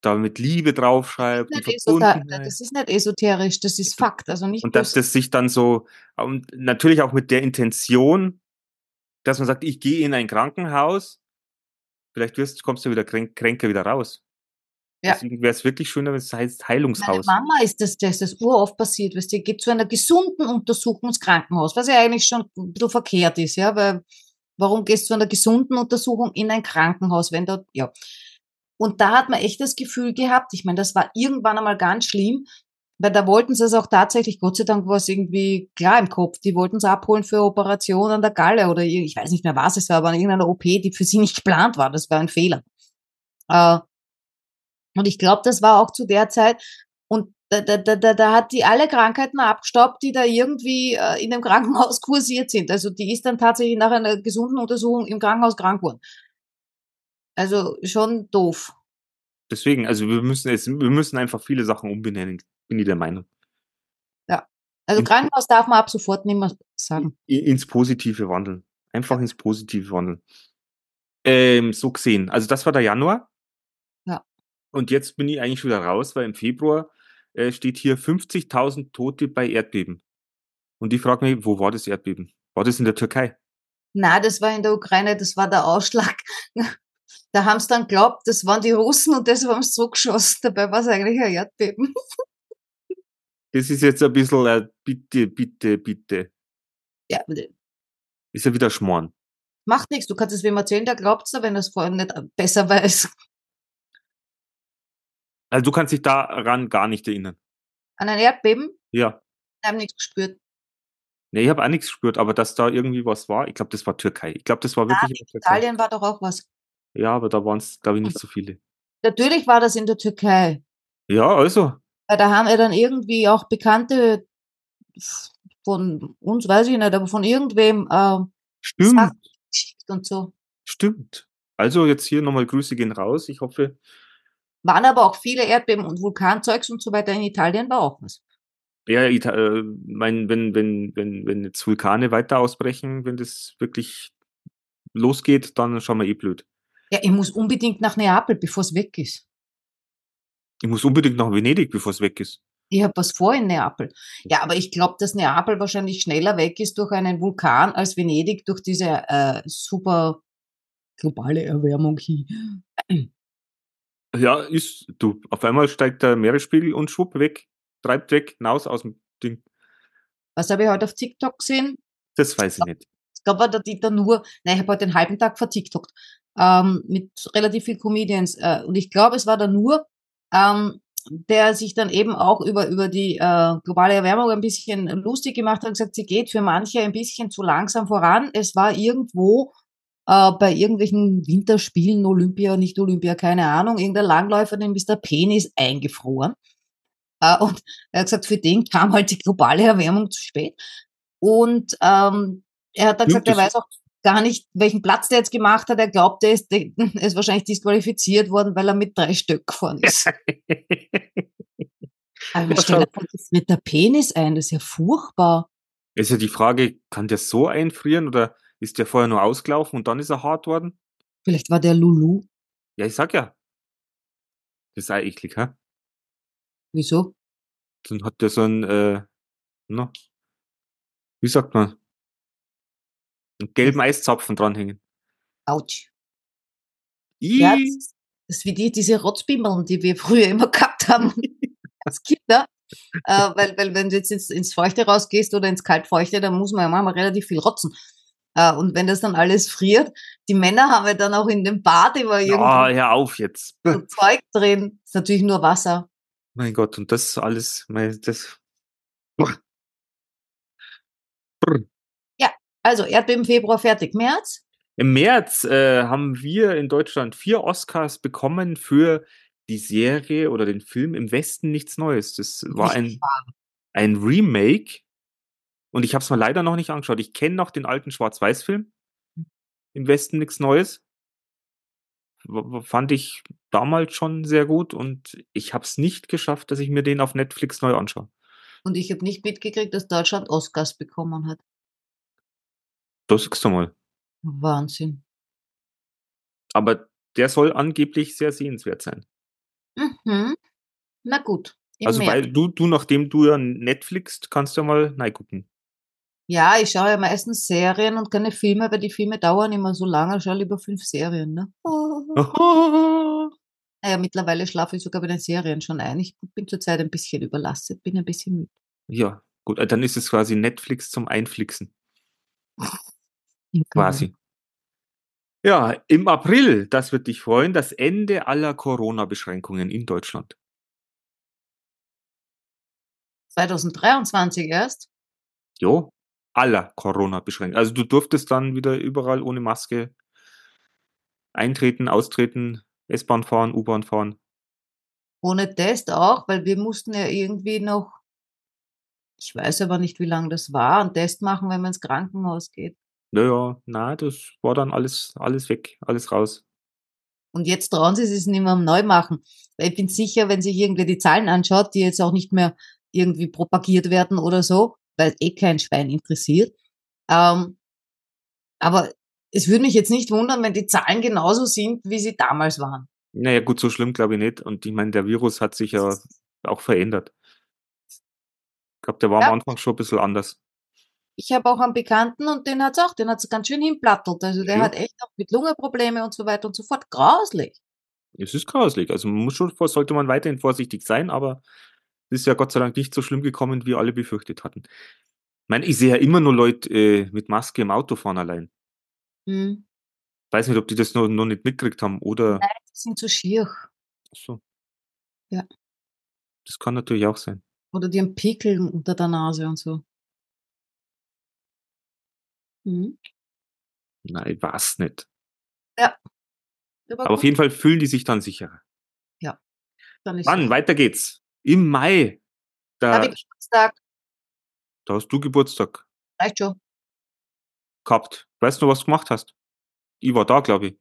[SPEAKER 2] da mit Liebe draufschreibt und
[SPEAKER 3] Nicht esoter-
[SPEAKER 2] Verbundenheit.
[SPEAKER 3] Das ist nicht esoterisch, das ist Fakt. Also nicht
[SPEAKER 2] Und dass
[SPEAKER 3] bloß-
[SPEAKER 2] das sich dann so, und natürlich auch mit der Intention, dass man sagt, ich gehe in ein Krankenhaus, vielleicht wirst, kommst du wieder krän- kränker wieder raus.
[SPEAKER 3] Ja.
[SPEAKER 2] Deswegen wäre es wirklich schöner, wenn es heißt
[SPEAKER 3] meiner
[SPEAKER 2] Heilungshaus.
[SPEAKER 3] Mama ist das, das ist das uroft passiert, weißt du, die geht zu einer gesunden Untersuchung ins Krankenhaus, was ja eigentlich schon ein bisschen verkehrt ist, ja, weil warum gehst du zu einer gesunden Untersuchung in ein Krankenhaus, wenn da, ja. Und da hat man echt das Gefühl gehabt, ich meine, das war irgendwann einmal ganz schlimm, weil da wollten sie es auch tatsächlich, Gott sei Dank war es irgendwie klar im Kopf, die wollten es abholen für eine Operation an der Galle oder ir- ich weiß nicht mehr was es war, aber an irgendeiner OP, die für sie nicht geplant war, das war ein Fehler. Äh, Und ich glaube, das war auch zu der Zeit, und da, da, da, da, da hat die alle Krankheiten abgestaubt, die da irgendwie äh, in dem Krankenhaus kursiert sind. Also die ist dann tatsächlich nach einer gesunden Untersuchung im Krankenhaus krank geworden. Also schon doof.
[SPEAKER 2] Deswegen, also wir müssen es, wir müssen einfach viele Sachen umbenennen, bin ich der Meinung.
[SPEAKER 3] Also
[SPEAKER 2] Mhm.
[SPEAKER 3] Krankenhaus darf man ab sofort nicht mehr sagen.
[SPEAKER 2] I- Ins Positive wandeln. Einfach ins Positive wandeln. Ähm, so gesehen. Also das war der Januar.
[SPEAKER 3] Ja.
[SPEAKER 2] Und jetzt bin ich eigentlich wieder raus, weil im Februar äh, steht hier 50.000 Tote bei Erdbeben. Und ich frage mich, wo war das Erdbeben? War das in der Türkei?
[SPEAKER 3] Na, das war in der Ukraine, das war der Ausschlag. Da haben sie dann geglaubt, das waren die Russen und deshalb haben sie zurückgeschossen. Dabei war es eigentlich ein Erdbeben.
[SPEAKER 2] Das ist jetzt ein bisschen, äh, bitte, bitte, bitte.
[SPEAKER 3] Ja,
[SPEAKER 2] Ist ja wieder Schmoren.
[SPEAKER 3] macht nichts. Du kannst es wem erzählen, der glaubt es, wenn er es vorher nicht besser weiß.
[SPEAKER 2] Also du kannst dich daran gar nicht erinnern.
[SPEAKER 3] An ein Erdbeben
[SPEAKER 2] Ja.
[SPEAKER 3] haben nichts gespürt.
[SPEAKER 2] Nee, ich habe auch nichts gespürt, aber dass da irgendwie was war, ich glaube, das war Türkei. Ich glaube, das war wirklich in der Türkei.
[SPEAKER 3] Italien war doch auch was.
[SPEAKER 2] Ja, aber da waren es, glaube ich, nicht so viele.
[SPEAKER 3] Natürlich war das in der Türkei.
[SPEAKER 2] Ja, also.
[SPEAKER 3] Weil da haben ja dann irgendwie auch Bekannte von uns, weiß ich nicht, aber von irgendwem ähm,
[SPEAKER 2] Stimmt.
[SPEAKER 3] Sachen geschickt und so.
[SPEAKER 2] Stimmt. Also jetzt hier nochmal Grüße gehen raus. Ich hoffe,
[SPEAKER 3] Waren aber auch viele Erdbeben und Vulkanzeugs und so weiter in Italien war auch was.
[SPEAKER 2] Ja, Ita äh, mein, wenn, wenn, wenn, wenn jetzt Vulkane weiter ausbrechen, wenn das wirklich losgeht, dann schauen wir eh blöd.
[SPEAKER 3] Ja, ich muss unbedingt nach Neapel, bevor es weg ist.
[SPEAKER 2] Ich muss unbedingt nach Venedig, bevor es weg ist.
[SPEAKER 3] Ich habe was vor in Neapel. Ja, aber ich glaube, dass Neapel wahrscheinlich schneller weg ist durch einen Vulkan als Venedig durch diese äh, super globale Erwärmung hier.
[SPEAKER 2] Ja, ist du. Auf einmal steigt der Meeresspiegel und schwupp weg, treibt weg, hinaus aus dem Ding.
[SPEAKER 3] Was habe ich heute auf TikTok gesehen?
[SPEAKER 2] Das weiß ich nicht.
[SPEAKER 3] Ich glaube, der Dieter nur, nein, ich habe heute den halben Tag vertiktokt, ähm, mit relativ vielen Comedians. Äh, und ich glaube, es war der nur, ähm, der sich dann eben auch über, über die äh, globale Erwärmung ein bisschen lustig gemacht hat und gesagt, sie geht für manche ein bisschen zu langsam voran. Es war irgendwo äh, bei irgendwelchen Winterspielen, Olympia, nicht Olympia, keine Ahnung, irgendein Langläufer, dem ist der Penis eingefroren. Äh, und er hat gesagt, für den kam halt die globale Erwärmung zu spät. Und ähm, er hat dann
[SPEAKER 2] Stimmt,
[SPEAKER 3] gesagt, er
[SPEAKER 2] das-
[SPEAKER 3] weiß auch gar nicht, welchen Platz der jetzt gemacht hat. Er glaubt, er ist, er ist wahrscheinlich disqualifiziert worden, weil er mit drei Stöck gefahren ist. Aber
[SPEAKER 2] Ja,
[SPEAKER 3] stell
[SPEAKER 2] schau.
[SPEAKER 3] dir vor, das mit der Penis ein, das ist ja furchtbar.
[SPEAKER 2] ist ja die Frage, kann der so einfrieren oder ist der vorher nur ausgelaufen und dann ist er hart worden?
[SPEAKER 3] Vielleicht war der Lulu.
[SPEAKER 2] Ja, ich sag ja. Das sei eklig, hä?
[SPEAKER 3] Wieso?
[SPEAKER 2] Dann hat der so ein, äh, na, wie sagt man? Einen gelben Eiszapfen dranhängen.
[SPEAKER 3] Autsch. Ja, das
[SPEAKER 2] Ih,
[SPEAKER 3] ist- das ist wie die, diese Rotzbimmeln, die wir früher immer gehabt haben als Kinder. Äh, weil, weil wenn du jetzt ins, ins Feuchte rausgehst oder ins Kaltfeuchte, dann muss man ja manchmal relativ viel rotzen. Äh, und wenn das dann alles friert, die Männer haben ja dann auch in dem Bad immer
[SPEAKER 2] ja,
[SPEAKER 3] irgendwie
[SPEAKER 2] hör auf jetzt.
[SPEAKER 3] so Zeug drin. Ist natürlich nur Wasser.
[SPEAKER 2] Mein Gott, und das alles, mein, das,
[SPEAKER 3] Also Erdbeben Februar fertig. März?
[SPEAKER 2] Im März äh, haben wir in Deutschland vier Oscars bekommen für die Serie oder den Film Im Westen nichts Neues. Das war ein,
[SPEAKER 3] Nicht
[SPEAKER 2] ein Remake und ich habe es mir leider noch nicht angeschaut. Ich kenne noch den alten Schwarz-Weiß-Film Im Westen nichts Neues. W- w- Fand ich damals schon sehr gut und ich habe es nicht geschafft, dass ich mir den auf Netflix neu anschaue.
[SPEAKER 3] Und ich habe nicht mitgekriegt, dass Deutschland Oscars bekommen hat.
[SPEAKER 2] Das siehst du mal.
[SPEAKER 3] Wahnsinn.
[SPEAKER 2] Aber der soll angeblich sehr sehenswert sein.
[SPEAKER 3] Mhm. Na gut. im
[SPEAKER 2] Also
[SPEAKER 3] März.
[SPEAKER 2] weil du, du, nachdem du ja Netflix, kannst du ja mal reingucken.
[SPEAKER 3] Ja, ich schaue ja meistens Serien und keine Filme, weil die Filme dauern immer so lange. Ich schaue lieber fünf Serien. Ne?
[SPEAKER 2] Oh.
[SPEAKER 3] Naja, mittlerweile schlafe ich sogar bei den Serien schon ein. Ich bin zurzeit ein bisschen überlastet, bin ein bisschen müde.
[SPEAKER 2] ja, gut, äh, dann ist es quasi Netflix zum Einflixen,
[SPEAKER 3] Ja, kann man-
[SPEAKER 2] quasi. Ja, im April, das wird dich freuen, das Ende aller Corona-Beschränkungen in Deutschland.
[SPEAKER 3] 2023 erst.
[SPEAKER 2] Jo, aller Corona-Beschränkungen. Also du durftest dann wieder überall ohne Maske eintreten, austreten, S-Bahn fahren, U-Bahn fahren.
[SPEAKER 3] Ohne Test auch, weil wir mussten ja irgendwie noch, ich weiß aber nicht, wie lange das war, einen Test machen, wenn man ins Krankenhaus geht.
[SPEAKER 2] Naja, na, das war dann alles, alles weg, alles raus.
[SPEAKER 3] Und jetzt trauen sie es nicht mehr am Neumachen. Weil ich bin sicher, wenn sich irgendwer die Zahlen anschaut, die jetzt auch nicht mehr irgendwie propagiert werden oder so, weil eh kein Schwein interessiert. Ähm, aber es würde mich jetzt nicht wundern, wenn die Zahlen genauso sind, wie sie damals waren.
[SPEAKER 2] Naja, gut, so schlimm glaube ich nicht. Und ich meine, der Virus hat sich ja auch verändert. Ich glaube, der war
[SPEAKER 3] Ja.
[SPEAKER 2] am Anfang schon ein bisschen anders.
[SPEAKER 3] Ich habe auch einen Bekannten und den hat's auch, den hat's ganz schön hinplattelt. Also der
[SPEAKER 2] Ja.
[SPEAKER 3] hat echt auch mit Lungenprobleme und so weiter und so fort. Grauslich.
[SPEAKER 2] Es ist grauslich. Also man muss schon vor, sollte man weiterhin vorsichtig sein, aber es ist ja Gott sei Dank nicht so schlimm gekommen, wie alle befürchtet hatten. Ich meine, ich sehe ja immer nur Leute äh, mit Maske im Auto fahren allein.
[SPEAKER 3] Hm.
[SPEAKER 2] Weiß nicht, ob die das noch, noch nicht mitgekriegt haben oder
[SPEAKER 3] Die sind so schier.
[SPEAKER 2] so.
[SPEAKER 3] Ja.
[SPEAKER 2] Das kann natürlich auch sein.
[SPEAKER 3] Oder die haben Pickel unter der Nase und so. Hm.
[SPEAKER 2] Nein, war's nicht.
[SPEAKER 3] Aber
[SPEAKER 2] Aber auf
[SPEAKER 3] gut,
[SPEAKER 2] jeden Fall fühlen die sich dann sicherer.
[SPEAKER 3] dann ist
[SPEAKER 2] Mann, weiter geht's. Im Mai. Da,
[SPEAKER 3] Habe ich Geburtstag,
[SPEAKER 2] da hast du Geburtstag.
[SPEAKER 3] reicht schon.
[SPEAKER 2] gehabt. Weißt du, was du gemacht hast? Ich war da, glaube ich.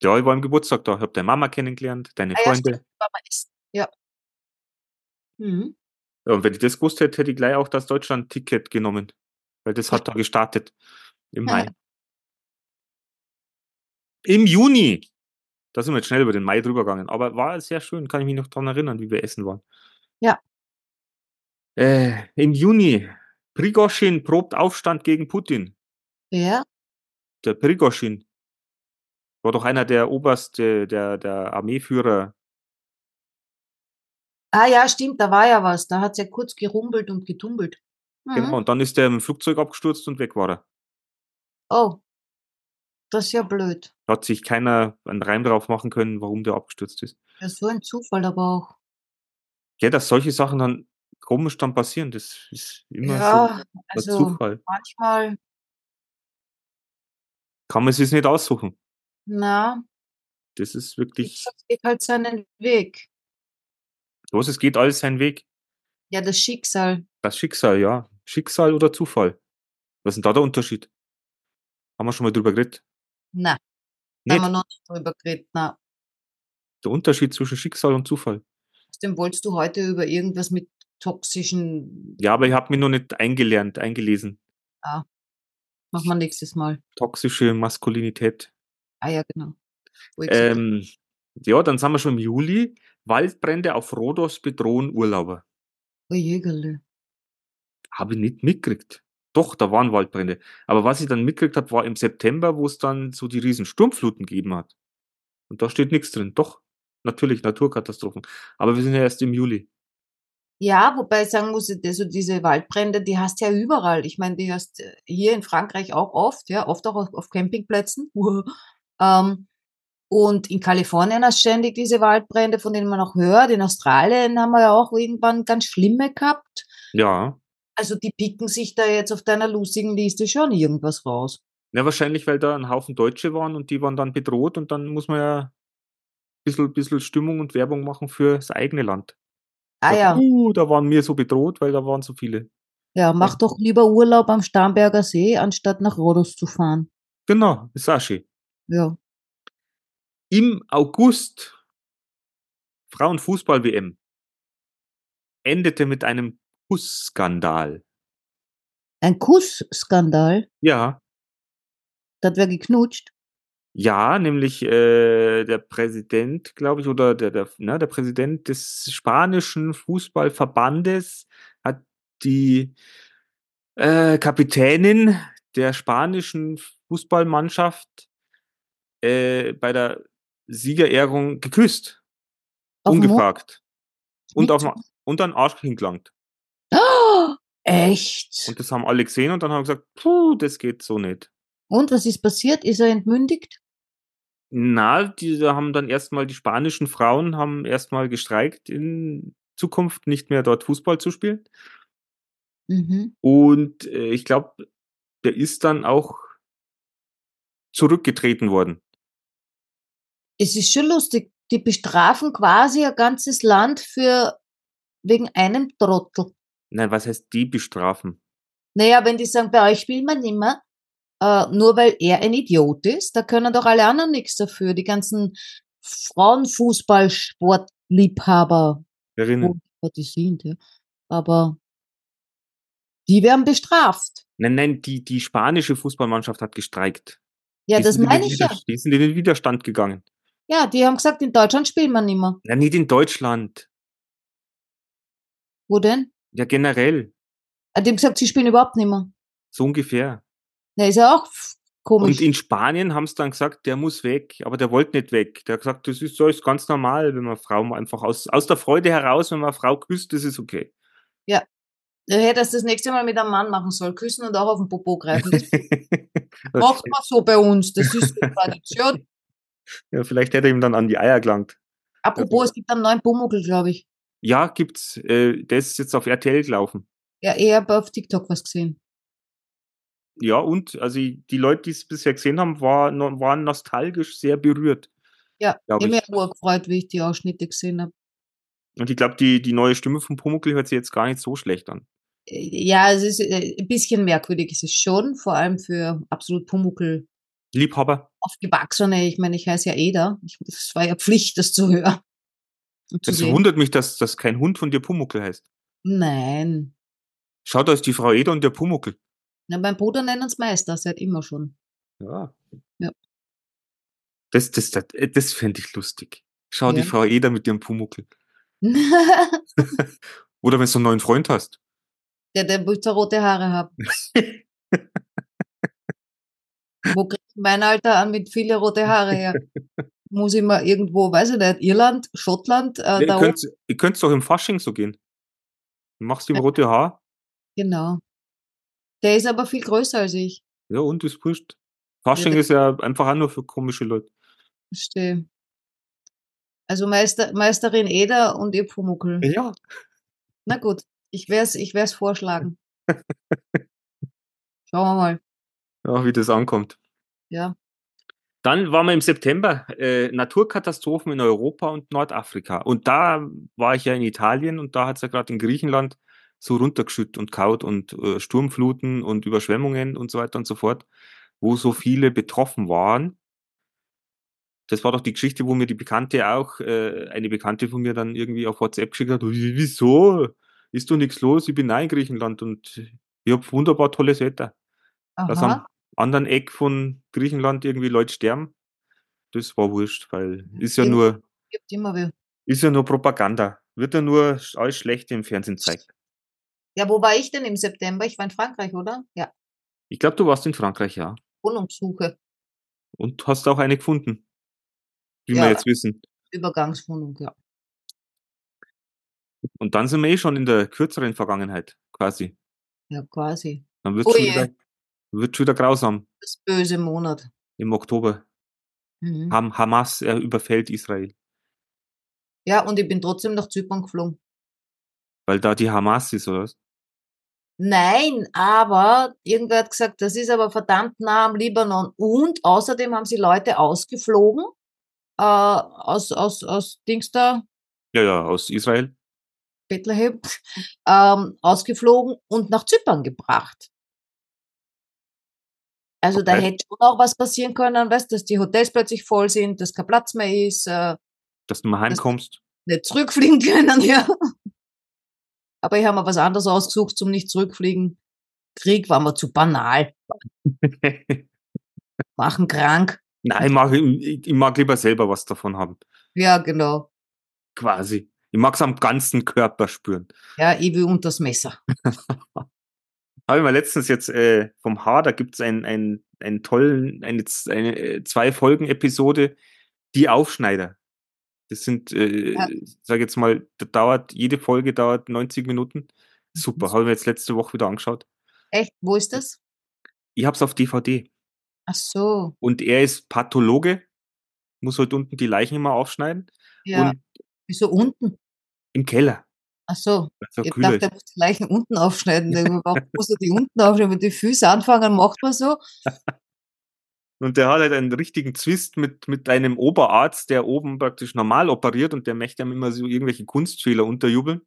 [SPEAKER 2] Ja, ich war im Geburtstag da. Ich habe deine Mama kennengelernt, deine
[SPEAKER 3] Ah ja,
[SPEAKER 2] Freunde.
[SPEAKER 3] Mama ist. Ja. Mhm.
[SPEAKER 2] Ja, und wenn ich das gewusst hätte, hätte ich gleich auch das Deutschland-Ticket genommen. Weil das hat da gestartet. Im
[SPEAKER 3] Ja.
[SPEAKER 2] Mai. Im Juni. Da sind wir jetzt schnell über den Mai drüber gegangen. Aber war sehr schön, kann ich mich noch dran erinnern, wie wir essen waren.
[SPEAKER 3] Ja.
[SPEAKER 2] Äh, Im Juni. Prigoschin probt Aufstand gegen Putin.
[SPEAKER 3] Ja.
[SPEAKER 2] Der Prigoschin war doch einer der Oberste, der, der Armeeführer.
[SPEAKER 3] Ah ja, stimmt, da war ja was. Da hat es ja kurz gerumbelt und getumbelt. Mhm.
[SPEAKER 2] Genau. Und dann ist der im Flugzeug abgestürzt und weg war er.
[SPEAKER 3] Oh. Das ist ja blöd.
[SPEAKER 2] Da hat sich keiner einen Reim drauf machen können, warum der abgestürzt ist.
[SPEAKER 3] Ja, so ein Zufall aber auch.
[SPEAKER 2] Ja, dass solche Sachen dann komisch dann passieren, das ist immer
[SPEAKER 3] Ja,
[SPEAKER 2] so ein
[SPEAKER 3] also
[SPEAKER 2] Zufall.
[SPEAKER 3] manchmal,
[SPEAKER 2] Kann man sich nicht aussuchen.
[SPEAKER 3] na,
[SPEAKER 2] Das ist wirklich,
[SPEAKER 3] das geht halt seinen Weg.
[SPEAKER 2] los, es geht alles seinen Weg.
[SPEAKER 3] Ja, das Schicksal.
[SPEAKER 2] Das Schicksal, ja. Schicksal oder Zufall. Was ist denn da der Unterschied? Haben wir schon mal drüber geredet?
[SPEAKER 3] Na, da
[SPEAKER 2] Nicht?
[SPEAKER 3] haben wir noch nicht drüber geredet. Na,
[SPEAKER 2] Der Unterschied zwischen Schicksal und Zufall.
[SPEAKER 3] Trotzdem wolltest du heute über irgendwas mit toxischen.
[SPEAKER 2] Ja, aber ich habe mich noch nicht eingelernt, eingelesen.
[SPEAKER 3] Machen wir nächstes Mal.
[SPEAKER 2] Toxische Maskulinität.
[SPEAKER 3] Ah ja, genau. Wo ich gesagt
[SPEAKER 2] Ähm, ja, dann sind wir schon im Juli. Waldbrände auf Rhodos bedrohen Urlauber.
[SPEAKER 3] hab, oh Jägerle.
[SPEAKER 2] habe ich nicht mitgekriegt. Doch, da waren Waldbrände. Aber was ich dann mitgekriegt habe, war im September, wo es dann so die riesen Sturmfluten gegeben hat. Und da steht nichts drin. Doch, natürlich, Naturkatastrophen. Aber wir sind ja erst im Juli.
[SPEAKER 3] Ja, wobei ich sagen muss, also diese Waldbrände, die hast du ja überall. Ich meine, die hast äh, hier in Frankreich auch oft, ja, oft auch auf, auf Campingplätzen. ähm, und in Kalifornien hast du ständig diese Waldbrände, von denen man auch hört. In Australien haben wir ja auch irgendwann ganz schlimme gehabt.
[SPEAKER 2] Ja.
[SPEAKER 3] Also die picken sich da jetzt auf deiner lustigen Liste schon irgendwas raus.
[SPEAKER 2] Ja, wahrscheinlich, weil da ein Haufen Deutsche waren und die waren dann bedroht und dann muss man ja ein bisschen, bisschen Stimmung und Werbung machen für das eigene Land.
[SPEAKER 3] Ah
[SPEAKER 2] Sagt,
[SPEAKER 3] ja.
[SPEAKER 2] Uh, da waren wir so bedroht, weil da waren so viele.
[SPEAKER 3] Ja, mach doch lieber Urlaub am Starnberger See, anstatt nach Rhodos zu fahren.
[SPEAKER 2] Genau, ist auch schön.
[SPEAKER 3] Ja.
[SPEAKER 2] Im August Frauenfußball-WM endete mit einem Kussskandal.
[SPEAKER 3] Ein Kussskandal,
[SPEAKER 2] Ja,
[SPEAKER 3] da hat wer geknutscht.
[SPEAKER 2] ja, nämlich äh, der Präsident, glaube ich, oder der, der, ne, der Präsident des spanischen Fußballverbandes hat die äh, Kapitänin der spanischen Fußballmannschaft äh, bei der Siegerehrung geküsst,
[SPEAKER 3] Auf dem Mund?
[SPEAKER 2] ungefragt. Und,
[SPEAKER 3] Nicht
[SPEAKER 2] auf,
[SPEAKER 3] so-
[SPEAKER 2] dem- und an den Arsch hingelangt.
[SPEAKER 3] Ah, echt?
[SPEAKER 2] Und das haben alle gesehen und dann haben wir gesagt, puh, das geht so nicht.
[SPEAKER 3] Und was ist passiert? Ist er entmündigt?
[SPEAKER 2] Na, die haben dann erstmal, die spanischen Frauen haben erstmal gestreikt, in Zukunft nicht mehr dort Fußball zu spielen.
[SPEAKER 3] Mhm.
[SPEAKER 2] Und äh, ich glaube, der ist dann auch zurückgetreten worden.
[SPEAKER 3] Es ist schon lustig. Die bestrafen quasi ein ganzes Land für wegen einem Trottel.
[SPEAKER 2] Nein, was heißt die bestrafen?
[SPEAKER 3] Naja, wenn die sagen, bei euch spielt man nimmer, äh, nur weil er ein Idiot ist, da können doch alle anderen nichts dafür. Die ganzen Frauenfußballsportliebhaber.
[SPEAKER 2] Erinnern.
[SPEAKER 3] Gut, was die sind, ja. Aber die werden bestraft.
[SPEAKER 2] Nein, nein, die, die spanische Fußballmannschaft hat gestreikt.
[SPEAKER 3] Ja,
[SPEAKER 2] die
[SPEAKER 3] das
[SPEAKER 2] sind in den
[SPEAKER 3] meine ich ja.
[SPEAKER 2] Wider- Die sind in den Widerstand gegangen.
[SPEAKER 3] Ja, die haben gesagt, in Deutschland spielt man nicht mehr.
[SPEAKER 2] Nein, nicht in Deutschland.
[SPEAKER 3] Wo denn?
[SPEAKER 2] Ja, generell.
[SPEAKER 3] Ah, Die haben gesagt, sie spielen überhaupt nicht mehr.
[SPEAKER 2] So ungefähr.
[SPEAKER 3] Na, ist ja auch f- komisch.
[SPEAKER 2] Und in Spanien haben sie dann gesagt, der muss weg, aber der wollte nicht weg. Der hat gesagt, das ist, das ist ganz normal, wenn man Frauen einfach aus, aus der Freude heraus, wenn man eine Frau küsst, das ist okay.
[SPEAKER 3] Du hättest das nächste Mal mit einem Mann machen sollen. Küssen und auch auf den Popo greifen. Das
[SPEAKER 2] Das-
[SPEAKER 3] macht man so bei uns. Das ist die Tradition.
[SPEAKER 2] ja, vielleicht hätte er ihm dann an die Eier gelangt.
[SPEAKER 3] Apropos, es gibt einen neuen Pumuckl, glaube ich.
[SPEAKER 2] Ja, gibt's. Äh, der ist jetzt auf RTL gelaufen.
[SPEAKER 3] Ja, ich habe auf TikTok was gesehen.
[SPEAKER 2] Ja, und also ich- die Leute, die es bisher gesehen haben, war, no- waren nostalgisch sehr berührt.
[SPEAKER 3] Ja,
[SPEAKER 2] Glaub
[SPEAKER 3] ich habe
[SPEAKER 2] ich.
[SPEAKER 3] mich auch gefreut, wie ich die Ausschnitte gesehen habe.
[SPEAKER 2] Und ich glaube, die, die neue Stimme von Pumuckl hört sich jetzt gar nicht so schlecht an.
[SPEAKER 3] Ja, es ist äh, ein bisschen merkwürdig, ist es schon, vor allem für absolut Pumuckl
[SPEAKER 2] Liebhaber.
[SPEAKER 3] Aufgewachsene, ich meine, ich heiße ja Eder. Ich, das war ja Pflicht, das zu hören. und zu
[SPEAKER 2] Es
[SPEAKER 3] sehen.
[SPEAKER 2] wundert mich, dass, dass kein Hund von dir Pumuckel heißt.
[SPEAKER 3] Nein.
[SPEAKER 2] Schau, da ist die Frau Eder und der Pumuckel.
[SPEAKER 3] Na, mein Bruder nennt uns Meister, seit immer schon.
[SPEAKER 2] Ja.
[SPEAKER 3] Ja.
[SPEAKER 2] Das, das, das, äh, das fände ich lustig. Schau, die
[SPEAKER 3] Ja.
[SPEAKER 2] Frau Eder mit dem Pumuckel. Oder wenn du einen neuen Freund hast.
[SPEAKER 3] der, der will so rote Haare haben. Wo kriegt mein Alter an mit viele rote Haare her? Muss ich mal irgendwo, weiß ich nicht, Irland, Schottland, äh,
[SPEAKER 2] ihr
[SPEAKER 3] da oben.
[SPEAKER 2] könnt ihr könnt's doch im Fasching so gehen. Du machst ihm rote Haar.
[SPEAKER 3] Genau. Der ist aber viel größer als ich.
[SPEAKER 2] Ja, und ist wurscht. Fasching
[SPEAKER 3] der-
[SPEAKER 2] ist ja einfach auch nur für komische Leute.
[SPEAKER 3] Verstehe. Also Meister, Meisterin Eder und ihr Pumuckl.
[SPEAKER 2] Ja.
[SPEAKER 3] Na gut, ich wär's, ich wär's vorschlagen. Schauen wir mal.
[SPEAKER 2] Ja, wie das ankommt.
[SPEAKER 3] Ja.
[SPEAKER 2] Dann waren wir im September. Äh, Naturkatastrophen in Europa und Nordafrika. Und da war ich ja in Italien und da hat's ja gerade in Griechenland so runtergeschüttet und kaut und äh, Sturmfluten und Überschwemmungen und so weiter und so fort, wo so viele betroffen waren. Das war doch die Geschichte, wo mir die Bekannte auch, äh, eine Bekannte von mir dann irgendwie auf WhatsApp geschickt hat, "Wie- wieso? Ist doch nichts los, ich bin auch in Griechenland und ich habe wunderbar tolles Wetter dass am
[SPEAKER 3] Aha.
[SPEAKER 2] anderen Eck von Griechenland irgendwie Leute sterben. Das war wurscht, weil ist ja
[SPEAKER 3] Eben.
[SPEAKER 2] nur,
[SPEAKER 3] Gibt immer wieder.
[SPEAKER 2] ist ja nur Propaganda. Wird ja nur sch- alles Schlechte im Fernsehen gezeigt.
[SPEAKER 3] Ja, wo war ich denn im September? Ich war in Frankreich, oder? Ja,
[SPEAKER 2] Ich glaube, du warst in Frankreich, ja.
[SPEAKER 3] Wohnungssuche,
[SPEAKER 2] Und hast auch eine gefunden. Wie wir
[SPEAKER 3] Ja.
[SPEAKER 2] jetzt wissen.
[SPEAKER 3] Übergangswohnung, ja.
[SPEAKER 2] Und dann sind wir eh schon in der kürzeren Vergangenheit, quasi.
[SPEAKER 3] Ja, quasi.
[SPEAKER 2] Dann wird
[SPEAKER 3] Oh
[SPEAKER 2] schon
[SPEAKER 3] je.
[SPEAKER 2] wieder, wird schon wieder grausam
[SPEAKER 3] Das böse Monat.
[SPEAKER 2] im Oktober.
[SPEAKER 3] Mhm.
[SPEAKER 2] Ham Hamas er überfällt Israel,
[SPEAKER 3] Ja, und ich bin trotzdem nach Zypern geflogen.
[SPEAKER 2] weil da die Hamas ist, oder was?
[SPEAKER 3] Nein, aber irgendwer hat gesagt, das ist aber verdammt nah am Libanon. Und außerdem haben sie Leute ausgeflogen äh, aus, aus, aus Dings da,
[SPEAKER 2] Ja, ja, aus Israel.
[SPEAKER 3] Bethlehem, ähm, ausgeflogen und nach Zypern gebracht. Also da
[SPEAKER 2] Okay.
[SPEAKER 3] hätte schon auch was passieren können, weißt du, dass die Hotels plötzlich voll sind, dass kein Platz mehr ist, äh,
[SPEAKER 2] Dass du mal heimkommst.
[SPEAKER 3] nicht zurückfliegen können, ja. Aber ich habe mir was anderes ausgesucht zum nicht zurückfliegen. Krieg war mir zu banal, machen krank.
[SPEAKER 2] Nein, ich mag, ich, ich mag lieber selber was davon haben.
[SPEAKER 3] Ja, genau.
[SPEAKER 2] Quasi. Ich mag's am ganzen Körper spüren.
[SPEAKER 3] Ja, ich will unters Messer.
[SPEAKER 2] Habe ich mal letztens jetzt äh, vom Haar, da gibt's ein, ein, einen tollen, eine, z- eine äh, zwei Folgen-Episode, die Aufschneider. Das sind, äh,
[SPEAKER 3] Ja.
[SPEAKER 2] sag jetzt mal, da dauert, jede Folge dauert 90
[SPEAKER 3] Mhm.
[SPEAKER 2] Minuten. Super, habe ich mir jetzt letzte Woche wieder angeschaut.
[SPEAKER 3] Echt? Wo ist das?
[SPEAKER 2] Ich hab's auf DVD.
[SPEAKER 3] Ach so.
[SPEAKER 2] Und er ist Pathologe, muss halt unten die Leichen immer aufschneiden.
[SPEAKER 3] Ja.
[SPEAKER 2] Und
[SPEAKER 3] Wieso unten?
[SPEAKER 2] im Keller.
[SPEAKER 3] Ach so.
[SPEAKER 2] weil's da
[SPEAKER 3] Ich
[SPEAKER 2] kühler
[SPEAKER 3] dachte,
[SPEAKER 2] ist.
[SPEAKER 3] er muss die Leichen unten aufschneiden. Ich denk, Warum muss er die unten aufschneiden? Wenn die Füße anfangen, macht man so.
[SPEAKER 2] Und der hat halt einen richtigen Zwist mit, mit einem Oberarzt, der oben praktisch normal operiert und der möchte ihm immer so irgendwelche Kunstfehler unterjubeln.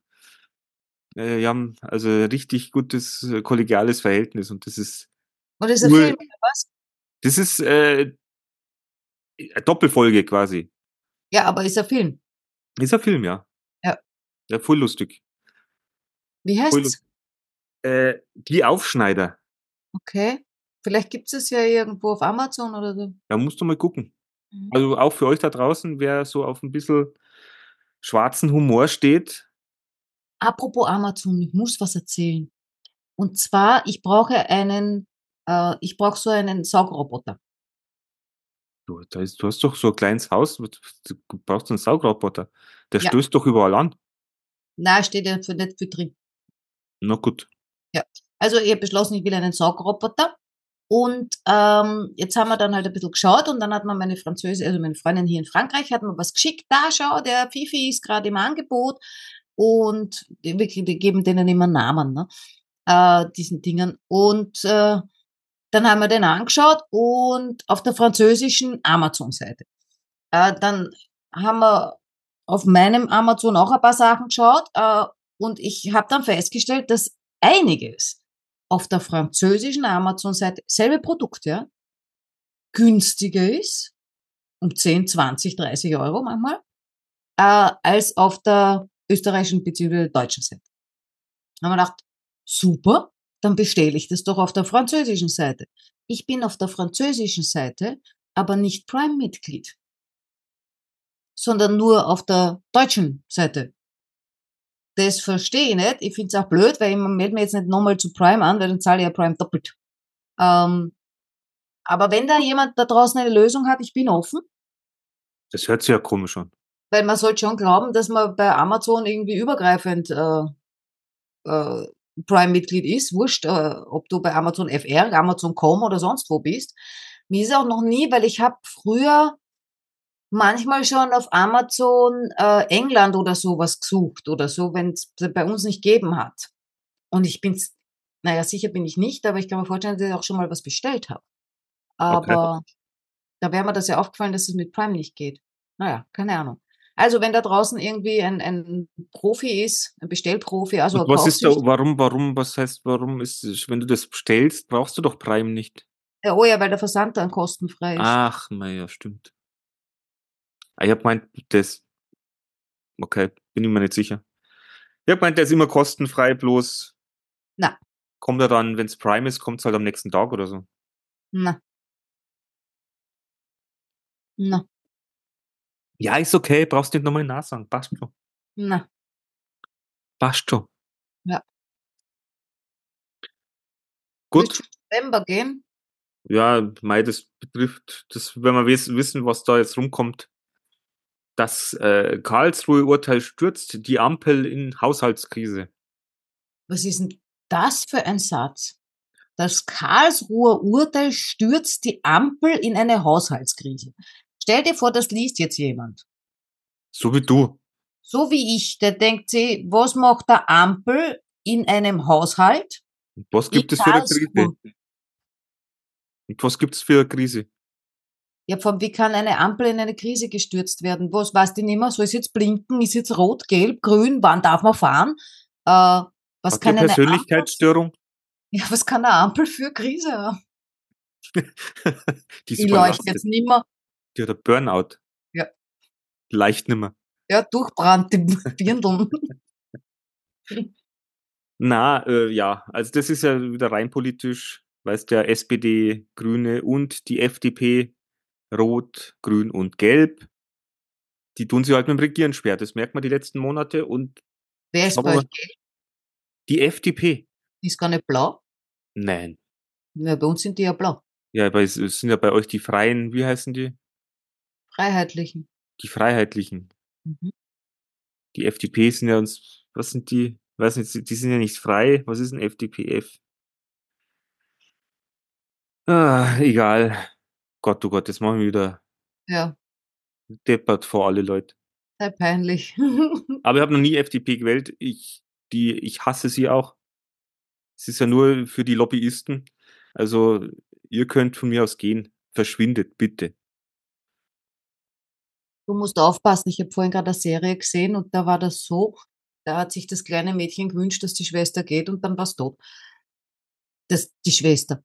[SPEAKER 2] Äh, die haben also ein richtig gutes äh, kollegiales Verhältnis und das ist,
[SPEAKER 3] Und das ist ein
[SPEAKER 2] Ur-
[SPEAKER 3] Film, oder was?
[SPEAKER 2] das ist äh, eine Doppelfolge quasi.
[SPEAKER 3] Ja, aber ist ein Film.
[SPEAKER 2] Ist ein Film, ja.
[SPEAKER 3] Ja.
[SPEAKER 2] Ja, voll lustig.
[SPEAKER 3] Wie
[SPEAKER 2] Voll
[SPEAKER 3] heißt's?
[SPEAKER 2] lustig. Äh, die Aufschneider.
[SPEAKER 3] Okay. Vielleicht gibt's es ja irgendwo auf Amazon oder so.
[SPEAKER 2] Da musst du mal gucken.
[SPEAKER 3] Mhm.
[SPEAKER 2] Also auch für euch da draußen, wer so auf ein bisschen schwarzen Humor steht,
[SPEAKER 3] Apropos Amazon, ich muss was erzählen. Und zwar, ich brauche einen, äh, ich brauche so einen Saugroboter.
[SPEAKER 2] Du, da ist, du hast doch so ein kleines Haus, du du brauchst einen Saugroboter. Der
[SPEAKER 3] Ja.
[SPEAKER 2] stößt doch überall an.
[SPEAKER 3] Na, steht ja für nicht für drin.
[SPEAKER 2] Na gut.
[SPEAKER 3] Also ich habe beschlossen, ich will einen Saugroboter. Und ähm, jetzt haben wir dann halt ein bisschen geschaut und dann hat mir meine Französin, also meine Freundin hier in Frankreich, hat mir was geschickt. Da schau, der Fifi ist gerade im Angebot und die, wirklich, die geben denen immer Namen, ne? äh, diesen Dingern. Und äh, dann haben wir den angeschaut und auf der französischen Amazon-Seite. Äh, dann haben wir auf meinem Amazon auch ein paar Sachen geschaut äh, und ich habe dann festgestellt, dass einiges auf der französischen Amazon-Seite, selbe Produkt, ja, günstiger ist, um 10, 20, 30 Euro manchmal, äh, als auf der österreichischen bzw. deutschen Seite. Da haben wir gedacht, super, dann bestelle ich das doch auf der französischen Seite. Ich bin auf der französischen Seite, aber nicht Prime-Mitglied, sondern nur auf der deutschen Seite. Das verstehe ich nicht. Ich finde es auch blöd, weil ich melde mir jetzt nicht nochmal zu Prime an, weil dann zahle ich ja Prime doppelt. Ähm, aber wenn da jemand da draußen eine Lösung hat, ich bin offen,
[SPEAKER 2] Das hört sich ja komisch an.
[SPEAKER 3] weil man sollte schon glauben, dass man bei Amazon irgendwie übergreifend äh, äh, Prime-Mitglied ist. Wurscht, äh, ob du bei Amazon FR, Amazon.com oder sonst wo bist. Mir ist auch noch nie, weil ich habe früher manchmal schon auf Amazon äh, England oder sowas gesucht oder so, wenn es bei uns nicht gegeben hat. Und ich bin's, naja, sicher bin ich nicht, aber ich kann mir vorstellen, dass ich auch schon mal was bestellt habe.
[SPEAKER 2] Okay.
[SPEAKER 3] Aber da wäre mir das ja aufgefallen, dass es mit Prime nicht geht. Naja, keine Ahnung. Also wenn da draußen irgendwie ein, ein Profi ist, ein Bestellprofi, also
[SPEAKER 2] Und
[SPEAKER 3] ein
[SPEAKER 2] was ist da,
[SPEAKER 3] Kaufsüchtiger-
[SPEAKER 2] warum, warum, was heißt, warum ist, es- wenn du das bestellst, brauchst du doch Prime nicht.
[SPEAKER 3] Ja, oh ja, weil der Versand dann kostenfrei ist.
[SPEAKER 2] Ach, naja, stimmt. Ah, Ich hab meint, das. Okay, bin ich mir nicht sicher. Ich hab meint, der ist immer kostenfrei, bloß.
[SPEAKER 3] Na.
[SPEAKER 2] Kommt er dann, wenn's Prime ist, kommt's halt am nächsten Tag oder so.
[SPEAKER 3] Na. Na,
[SPEAKER 2] Ja, ist okay, brauchst nicht nochmal nachsagen. Passt schon.
[SPEAKER 3] na.
[SPEAKER 2] Passt schon.
[SPEAKER 3] Ja. Willst
[SPEAKER 2] Gut,
[SPEAKER 3] du im November gehen?
[SPEAKER 2] ja, mei, das betrifft, das, wenn wir wes- wissen, was da jetzt rumkommt, das äh, Karlsruhe-Urteil stürzt die Ampel in Haushaltskrise.
[SPEAKER 3] Was ist denn das für ein Satz? Das Karlsruher Urteil stürzt die Ampel in eine Haushaltskrise. Stell dir vor, das liest jetzt jemand.
[SPEAKER 2] So wie du.
[SPEAKER 3] So wie ich, der denkt sie, was macht der Ampel in einem Haushalt?
[SPEAKER 2] Was
[SPEAKER 3] in
[SPEAKER 2] gibt es für eine Krise?
[SPEAKER 3] Karlsruhe?
[SPEAKER 2] Und was gibt es für eine Krise?
[SPEAKER 3] Ja, von wie kann eine Ampel in eine Krise gestürzt werden? Was weiß die nicht mehr? Soll es jetzt blinken? Ist jetzt rot, gelb, grün? Wann darf man fahren? Äh,
[SPEAKER 2] Hat
[SPEAKER 3] was
[SPEAKER 2] die
[SPEAKER 3] kann eine Ampel?
[SPEAKER 2] Persönlichkeitsstörung?
[SPEAKER 3] Ja, was kann eine Ampel für Krise haben?
[SPEAKER 2] Die ist
[SPEAKER 3] Die leuchtet
[SPEAKER 2] überlastet.
[SPEAKER 3] jetzt nicht mehr.
[SPEAKER 2] Die hat ein Burnout.
[SPEAKER 3] Ja.
[SPEAKER 2] Leicht nimmer.
[SPEAKER 3] Ja, durchbrannt, die Birndeln.
[SPEAKER 2] Na, äh, ja, also das ist ja wieder rein politisch, weil es der SPD, Grüne und die FDP, Rot, Grün und Gelb, die tun sich halt mit dem Regieren schwer. Das merkt man die letzten Monate. Und
[SPEAKER 3] Wer ist
[SPEAKER 2] Aber-
[SPEAKER 3] bei euch gelb?
[SPEAKER 2] die FDP,
[SPEAKER 3] Die ist gar nicht blau.
[SPEAKER 2] nein.
[SPEAKER 3] Ja, bei uns sind die ja blau.
[SPEAKER 2] Ja, aber es es sind ja bei euch die Freien, wie heißen die?
[SPEAKER 3] Freiheitlichen.
[SPEAKER 2] Die Freiheitlichen.
[SPEAKER 3] Mhm.
[SPEAKER 2] Die FDP sind ja uns, was sind die? Weiß nicht, die- die sind ja nicht frei. Was ist ein FDPF? Ah, egal. Gott, du Gott, das machen wir wieder
[SPEAKER 3] Ja,
[SPEAKER 2] deppert vor alle Leute.
[SPEAKER 3] sehr peinlich.
[SPEAKER 2] Aber ich habe noch nie FDP gewählt. Ich, die, ich hasse sie auch. Es ist ja nur für die Lobbyisten. Also, ihr könnt von mir aus gehen. Verschwindet, bitte.
[SPEAKER 3] Du musst aufpassen. Ich habe vorhin gerade eine Serie gesehen und da war das so, da hat sich das kleine Mädchen gewünscht, dass die Schwester geht und dann war es tot. Das, die Schwester.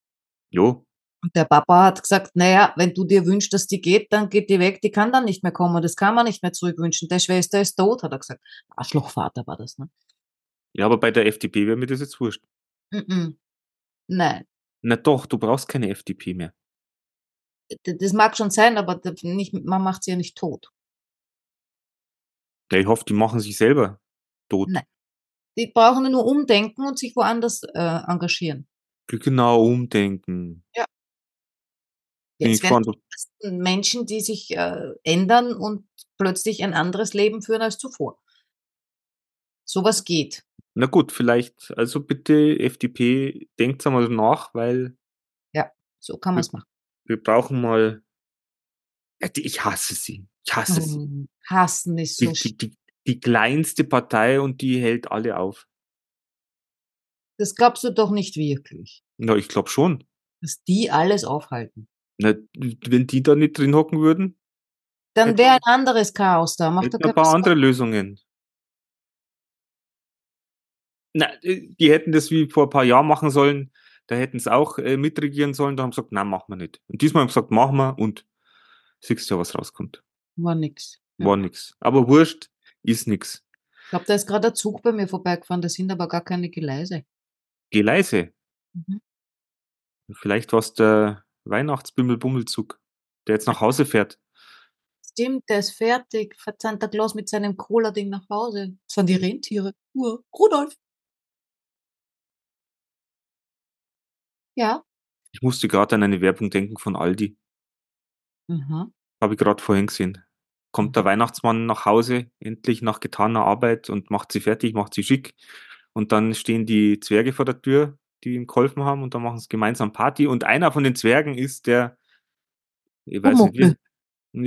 [SPEAKER 2] Jo.
[SPEAKER 3] Und der Papa hat gesagt, naja, wenn du dir wünschst, dass die geht, dann geht die weg, die kann dann nicht mehr kommen, das kann man nicht mehr zurückwünschen. Der Schwester ist tot, hat er gesagt. Arschlochvater war das, ne?
[SPEAKER 2] Ja, aber bei der FDP wäre mir das jetzt wurscht.
[SPEAKER 3] Mhm. Nein.
[SPEAKER 2] Na doch, du brauchst keine FDP mehr.
[SPEAKER 3] D- das mag schon sein, aber d- nicht, man macht sie ja nicht tot.
[SPEAKER 2] Ja, ich hoffe, die machen sich selber tot.
[SPEAKER 3] Nein. Die brauchen nur umdenken und sich woanders äh, engagieren.
[SPEAKER 2] Genau umdenken. Bin ich
[SPEAKER 3] Jetzt werden
[SPEAKER 2] gespannt, ob-
[SPEAKER 3] das Menschen, die sich äh, ändern und plötzlich ein anderes Leben führen als zuvor. Sowas geht.
[SPEAKER 2] Na gut, vielleicht, also bitte FDP, denkt einmal nach, weil
[SPEAKER 3] So kann man es machen.
[SPEAKER 2] wir brauchen mal. Ja, die- Ich hasse sie. Ich hasse sie.
[SPEAKER 3] Mm, Hassen ist
[SPEAKER 2] Die,
[SPEAKER 3] so.
[SPEAKER 2] die,
[SPEAKER 3] sch-
[SPEAKER 2] die, die kleinste Partei und die hält alle auf.
[SPEAKER 3] Das glaubst du doch nicht wirklich,
[SPEAKER 2] Na, ich glaube schon.
[SPEAKER 3] dass die alles aufhalten.
[SPEAKER 2] Na, wenn die da nicht drin hocken würden,
[SPEAKER 3] Dann
[SPEAKER 2] Hätte-
[SPEAKER 3] wäre ein anderes Chaos da. Macht
[SPEAKER 2] hätten
[SPEAKER 3] doch
[SPEAKER 2] wir ein
[SPEAKER 3] keinen
[SPEAKER 2] paar
[SPEAKER 3] Sinn.
[SPEAKER 2] andere Lösungen. Na, äh, die hätten das wie vor ein paar Jahren machen sollen, Da hätten sie auch äh, mitregieren sollen. Da haben sie gesagt, nein, machen wir nicht. Und diesmal haben sie gesagt, machen wir und siehst ja, was rauskommt.
[SPEAKER 3] War nix. Ja.
[SPEAKER 2] War nix. Aber wurscht, ist nix.
[SPEAKER 3] Ich glaube, da ist gerade ein Zug bei mir vorbeigefahren, da sind aber gar keine Gleise.
[SPEAKER 2] Geh leise.
[SPEAKER 3] Mhm.
[SPEAKER 2] Vielleicht war es der Weihnachtsbimmelbummelzug, der jetzt nach Hause fährt.
[SPEAKER 3] Stimmt, der ist fertig. Fährt Santa Claus mit seinem Cola-Ding nach Hause. Das waren die Rentiere. Uhr. Rudolf. Ja.
[SPEAKER 2] Ich musste gerade an eine Werbung denken von Aldi.
[SPEAKER 3] Mhm.
[SPEAKER 2] Habe ich gerade vorhin gesehen. Kommt der Weihnachtsmann nach Hause, endlich nach getaner Arbeit und macht sie fertig, macht sie schick. Und dann stehen die Zwerge vor der Tür, die ihm geholfen haben, und dann machen sie gemeinsam Party. Und einer von den Zwergen ist der, ich weiß nicht, wie,
[SPEAKER 3] Pumuckl.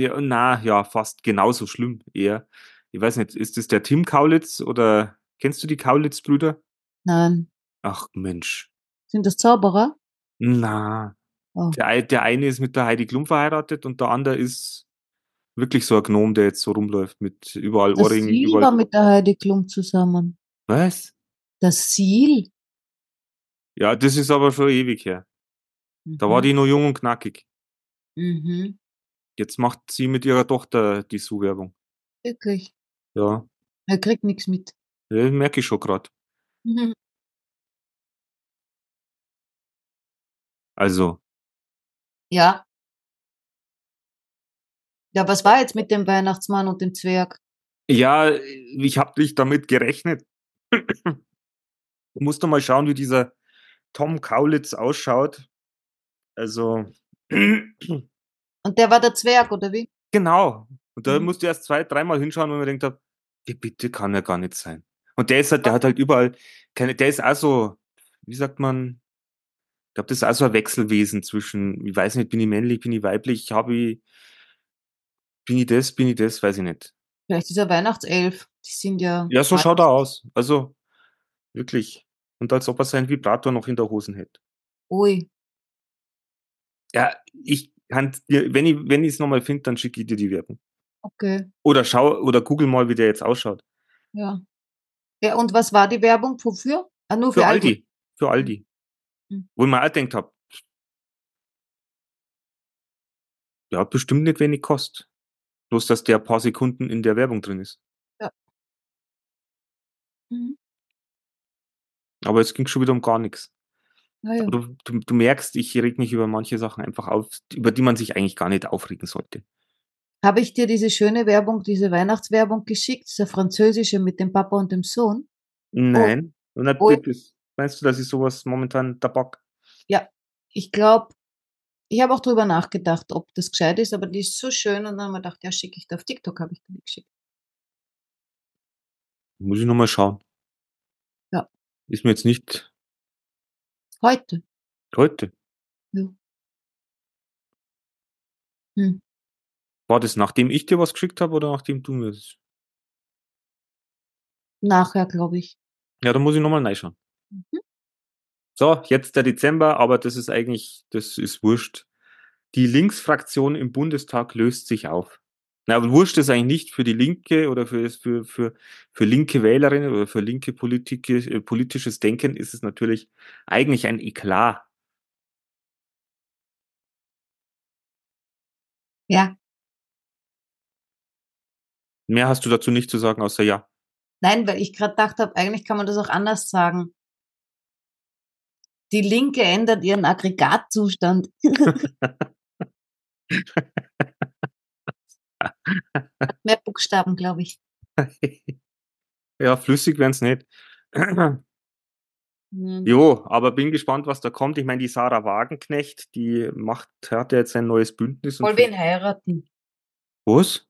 [SPEAKER 2] ja, na, ja, fast genauso schlimm eher. Ich weiß nicht, ist es der Tim Kaulitz oder kennst du die Kaulitz-Brüder?
[SPEAKER 3] Nein.
[SPEAKER 2] Ach Mensch,
[SPEAKER 3] Sind das Zauberer?
[SPEAKER 2] na.
[SPEAKER 3] Oh.
[SPEAKER 2] Der, ei- der eine ist mit der Heidi Klum verheiratet und der andere ist wirklich so ein Gnom, der jetzt so rumläuft mit überall
[SPEAKER 3] Das
[SPEAKER 2] Ohrringen.
[SPEAKER 3] Seal war
[SPEAKER 2] überall,
[SPEAKER 3] mit der Heidi Klum zusammen.
[SPEAKER 2] was?
[SPEAKER 3] Das Seal?
[SPEAKER 2] Ja, das ist aber schon ewig her. Da war die noch jung und knackig.
[SPEAKER 3] Mhm.
[SPEAKER 2] Jetzt macht sie mit ihrer Tochter die Sue-Werbung.
[SPEAKER 3] Wirklich.
[SPEAKER 2] Ja,
[SPEAKER 3] Er kriegt nichts mit.
[SPEAKER 2] das merke ich schon gerade.
[SPEAKER 3] Mhm.
[SPEAKER 2] Also,
[SPEAKER 3] Ja. Ja, was war jetzt mit dem Weihnachtsmann und dem Zwerg?
[SPEAKER 2] ja, ich habe nicht damit gerechnet. Du musst doch mal schauen, wie dieser Tom Kaulitz ausschaut. Also,
[SPEAKER 3] Und der war der Zwerg, oder wie?
[SPEAKER 2] Genau. Und da
[SPEAKER 3] Mhm.
[SPEAKER 2] musst du erst zwei, dreimal hinschauen, wenn man denkt, hab, die Bitte kann ja gar nicht sein. Und der ist halt, der hat halt überall keine, der ist auch so, wie sagt man, ich glaube, das ist auch so ein Wechselwesen zwischen, ich weiß nicht, bin ich männlich, bin ich weiblich, habe ich, bin ich das, bin ich das, weiß ich nicht.
[SPEAKER 3] Vielleicht dieser Weihnachtself. Die sind ja.
[SPEAKER 2] Ja, so schaut er aus. Also, wirklich. Und als ob er seinen Vibrator noch in der Hosen hätte.
[SPEAKER 3] Ui.
[SPEAKER 2] Ja, ich kann dir, wenn ich, wenn ich es nochmal finde, dann schicke ich dir die Werbung.
[SPEAKER 3] Okay.
[SPEAKER 2] Oder schau, oder google mal, wie der jetzt ausschaut.
[SPEAKER 3] Ja. Ja, und was war die Werbung? Wofür? Ah, nur für,
[SPEAKER 2] Für Aldi. Für Aldi.
[SPEAKER 3] Mhm.
[SPEAKER 2] Wo ich mir auch gedacht hab, ja, bestimmt nicht wenig kostet. Bloß, dass der ein paar Sekunden in der Werbung drin ist.
[SPEAKER 3] Mhm.
[SPEAKER 2] Aber es ging schon wieder um gar nichts.
[SPEAKER 3] Ah, ja.
[SPEAKER 2] Du, du, du merkst, ich reg mich über manche Sachen einfach auf, über die man sich eigentlich gar nicht aufregen sollte.
[SPEAKER 3] Habe ich dir diese schöne Werbung, diese Weihnachtswerbung geschickt? Diese französische mit dem Papa und dem Sohn?
[SPEAKER 2] Nein. Und
[SPEAKER 3] Oh.
[SPEAKER 2] natürlich. Meinst du, dass ich sowas momentan Tabak?
[SPEAKER 3] Ich glaube, ich habe auch drüber nachgedacht, ob das gescheit ist, aber die ist so schön und dann habe ich mir gedacht, ja, schicke ich da auf TikTok, habe ich die geschickt.
[SPEAKER 2] Muss ich nochmal schauen.
[SPEAKER 3] Ja.
[SPEAKER 2] Ist mir jetzt nicht
[SPEAKER 3] Heute.
[SPEAKER 2] heute.
[SPEAKER 3] Hm.
[SPEAKER 2] War das, nachdem ich dir was geschickt habe oder nachdem du mir das?
[SPEAKER 3] Nachher, glaube ich.
[SPEAKER 2] Ja, da muss ich nochmal reinschauen.
[SPEAKER 3] Mhm.
[SPEAKER 2] So, jetzt der Dezember, aber das ist eigentlich, das ist wurscht. Die Linksfraktion im Bundestag löst sich auf. Na, aber wurscht ist eigentlich nicht für die Linke oder für, für, für, für linke Wählerinnen oder für linke Politik, äh, politisches Denken ist es natürlich eigentlich ein Eklat.
[SPEAKER 3] Ja.
[SPEAKER 2] Mehr hast du dazu nicht zu sagen, außer ja.
[SPEAKER 3] Nein, weil ich gerade gedacht habe, eigentlich kann man das auch anders sagen. Die Linke ändert ihren Aggregatzustand. Hat mehr Buchstaben, glaube ich.
[SPEAKER 2] ja, flüssig wären's nicht.
[SPEAKER 3] Hm.
[SPEAKER 2] Jo, aber bin gespannt, was da kommt. Ich meine, die Sarah Wagenknecht, die macht, hat ja jetzt ein neues Bündnis. und
[SPEAKER 3] Soll
[SPEAKER 2] für-
[SPEAKER 3] wen heiraten?
[SPEAKER 2] Was?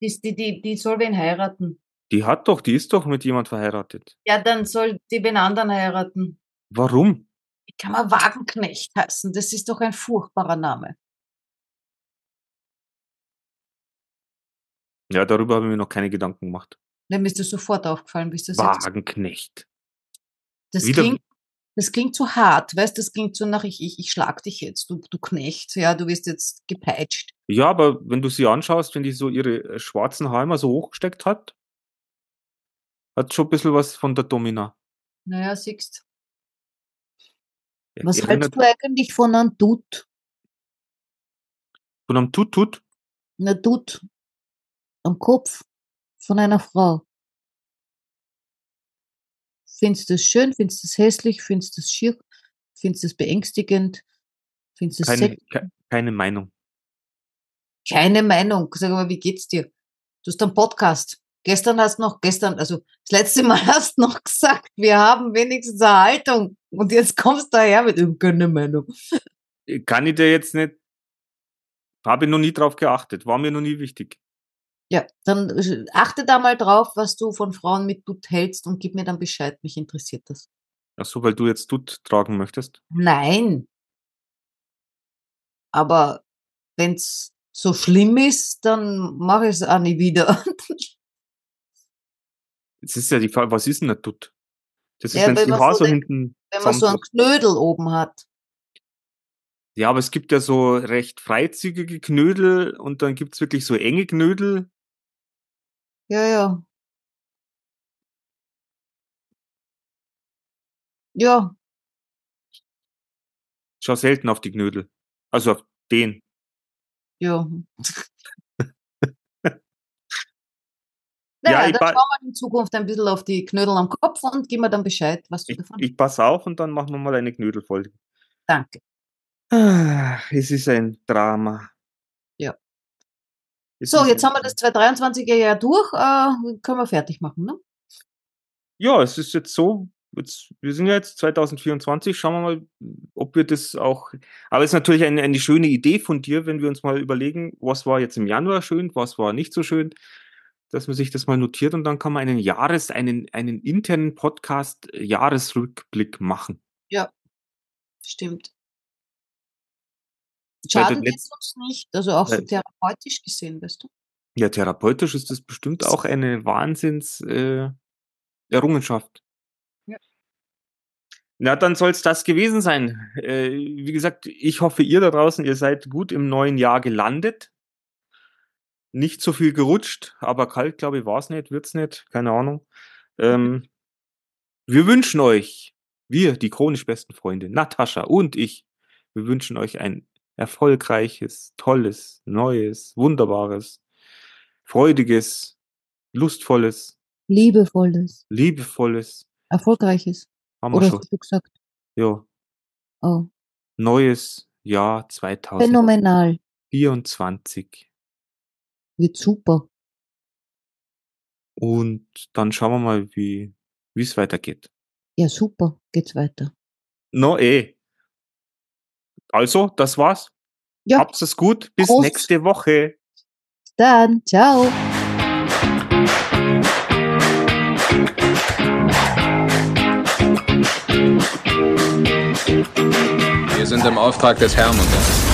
[SPEAKER 3] Die, ist- die, die, die soll wen heiraten.
[SPEAKER 2] Die hat doch, die ist doch mit jemand verheiratet.
[SPEAKER 3] Ja, dann soll die wen anderen heiraten.
[SPEAKER 2] Warum?
[SPEAKER 3] Wie kann man Wagenknecht heißen? Das ist doch ein furchtbarer Name.
[SPEAKER 2] Ja, darüber habe ich mir noch keine Gedanken gemacht.
[SPEAKER 3] Dann ist das sofort aufgefallen, bis du sagst.
[SPEAKER 2] Wagenknecht.
[SPEAKER 3] Das
[SPEAKER 2] wieder-
[SPEAKER 3] klingt, das klingt so hart, weißt das klingt so nach ich, ich, ich schlag dich jetzt, du, du Knecht, ja, du wirst jetzt gepeitscht.
[SPEAKER 2] Ja, aber wenn du sie anschaust, wenn die so ihre äh, schwarzen Haare immer so hochgesteckt hat, hat schon ein bisschen was von der Domina.
[SPEAKER 3] Naja, siehst
[SPEAKER 2] Ja,
[SPEAKER 3] Was
[SPEAKER 2] erinnert-
[SPEAKER 3] hältst du eigentlich von einem Dutt?
[SPEAKER 2] Von einem Tut Tut?
[SPEAKER 3] Na Dutt am Kopf von einer Frau. Findest du es schön? Findest du es hässlich? Findest du es schier? Findest du es beängstigend? Findest du es
[SPEAKER 2] Keine,
[SPEAKER 3] sexy?
[SPEAKER 2] ke- keine Meinung.
[SPEAKER 3] Keine Meinung. Sag mal, wie geht's dir? Du hast einen Podcast. Gestern hast noch, gestern, also das letzte Mal hast noch gesagt, wir haben wenigstens eine Haltung. Und jetzt kommst du daher mit "Ich hab keine Meinung.
[SPEAKER 2] Äh, Kann ich dir jetzt nicht. Habe ich noch nie drauf geachtet. War mir noch nie wichtig.
[SPEAKER 3] Ja, dann achte da mal drauf, was du von Frauen mit Dutt hältst und gib mir dann Bescheid. Mich interessiert das.
[SPEAKER 2] Ach so, weil du jetzt Tut tragen möchtest.
[SPEAKER 3] Nein. Aber wenn's so schlimm ist, dann mache ich es auch nie wieder.
[SPEAKER 2] Jetzt ist ja die Frage, was ist denn ein Tut? Das ist,
[SPEAKER 3] Ja,
[SPEAKER 2] wenn's
[SPEAKER 3] wenn
[SPEAKER 2] die
[SPEAKER 3] man
[SPEAKER 2] Haare
[SPEAKER 3] so
[SPEAKER 2] so
[SPEAKER 3] denkt,
[SPEAKER 2] hinten.
[SPEAKER 3] Wenn man so einen
[SPEAKER 2] zusammenflutscht.
[SPEAKER 3] Knödel oben hat.
[SPEAKER 2] Ja, aber es gibt ja so recht freizügige Knödel und dann gibt's wirklich so enge Knödel.
[SPEAKER 3] Ja, ja. Ja,
[SPEAKER 2] Schau selten auf die Knödel. Also auf den.
[SPEAKER 3] ja.
[SPEAKER 2] Ja,
[SPEAKER 3] Naja,
[SPEAKER 2] ich
[SPEAKER 3] dann
[SPEAKER 2] ba-
[SPEAKER 3] schauen wir in Zukunft ein bisschen auf die Knödel am Kopf und gib mir dann Bescheid, was du
[SPEAKER 2] Ich,
[SPEAKER 3] davon
[SPEAKER 2] ich pass auf und dann machen wir mal eine Knödelfolge.
[SPEAKER 3] Danke.
[SPEAKER 2] Ah, Es ist ein Drama.
[SPEAKER 3] Ja.
[SPEAKER 2] Es
[SPEAKER 3] So,
[SPEAKER 2] ist
[SPEAKER 3] jetzt
[SPEAKER 2] ein
[SPEAKER 3] haben wir das 2023er Jahr durch, äh, können wir fertig machen, ne?
[SPEAKER 2] Ja, es ist jetzt so, jetzt, wir sind ja jetzt 2024, schauen wir mal, ob wir das auch. Aber es ist natürlich eine, eine schöne Idee von dir, wenn wir uns mal überlegen, was war jetzt im Januar schön, was war nicht so schön, dass man sich das mal notiert und dann kann man einen Jahres, einen, einen internen Podcast äh, Jahresrückblick machen.
[SPEAKER 3] Stimmt.
[SPEAKER 2] Weil das
[SPEAKER 3] Schaden
[SPEAKER 2] letzt-
[SPEAKER 3] jetzt uns nicht, also auch so
[SPEAKER 2] Weil-
[SPEAKER 3] therapeutisch gesehen, weißt du?
[SPEAKER 2] Ja, therapeutisch ist das bestimmt auch eine Wahnsinns äh, Errungenschaft.
[SPEAKER 3] Ja.
[SPEAKER 2] Na, dann soll es das gewesen sein. Äh, wie gesagt, ich hoffe, ihr da draußen, ihr seid gut im neuen Jahr gelandet. Nicht so viel gerutscht, aber kalt, glaube ich, war es nicht, wird's nicht, keine Ahnung. Ähm, wir wünschen euch, wir, die chronisch besten Freunde, Natascha und ich, wir wünschen euch ein erfolgreiches, tolles, neues, wunderbares, freudiges, lustvolles,
[SPEAKER 3] Liebevolles,
[SPEAKER 2] liebevolles,
[SPEAKER 3] erfolgreiches.
[SPEAKER 2] haben wir
[SPEAKER 3] Oder
[SPEAKER 2] schon,
[SPEAKER 3] hast du gesagt?
[SPEAKER 2] ja,
[SPEAKER 3] Oh,
[SPEAKER 2] neues Jahr
[SPEAKER 3] phänomenal.
[SPEAKER 2] 2024.
[SPEAKER 3] Wird super.
[SPEAKER 2] Und dann schauen wir mal, wie wie es weitergeht.
[SPEAKER 3] Ja, super. Geht's weiter.
[SPEAKER 2] No, eh. Also, das war's.
[SPEAKER 3] Ja.
[SPEAKER 2] Habt's es gut. Bis
[SPEAKER 3] Prost.
[SPEAKER 2] nächste Woche.
[SPEAKER 3] Dann, ciao.
[SPEAKER 4] Wir sind im Auftrag des Herrn unterwegs.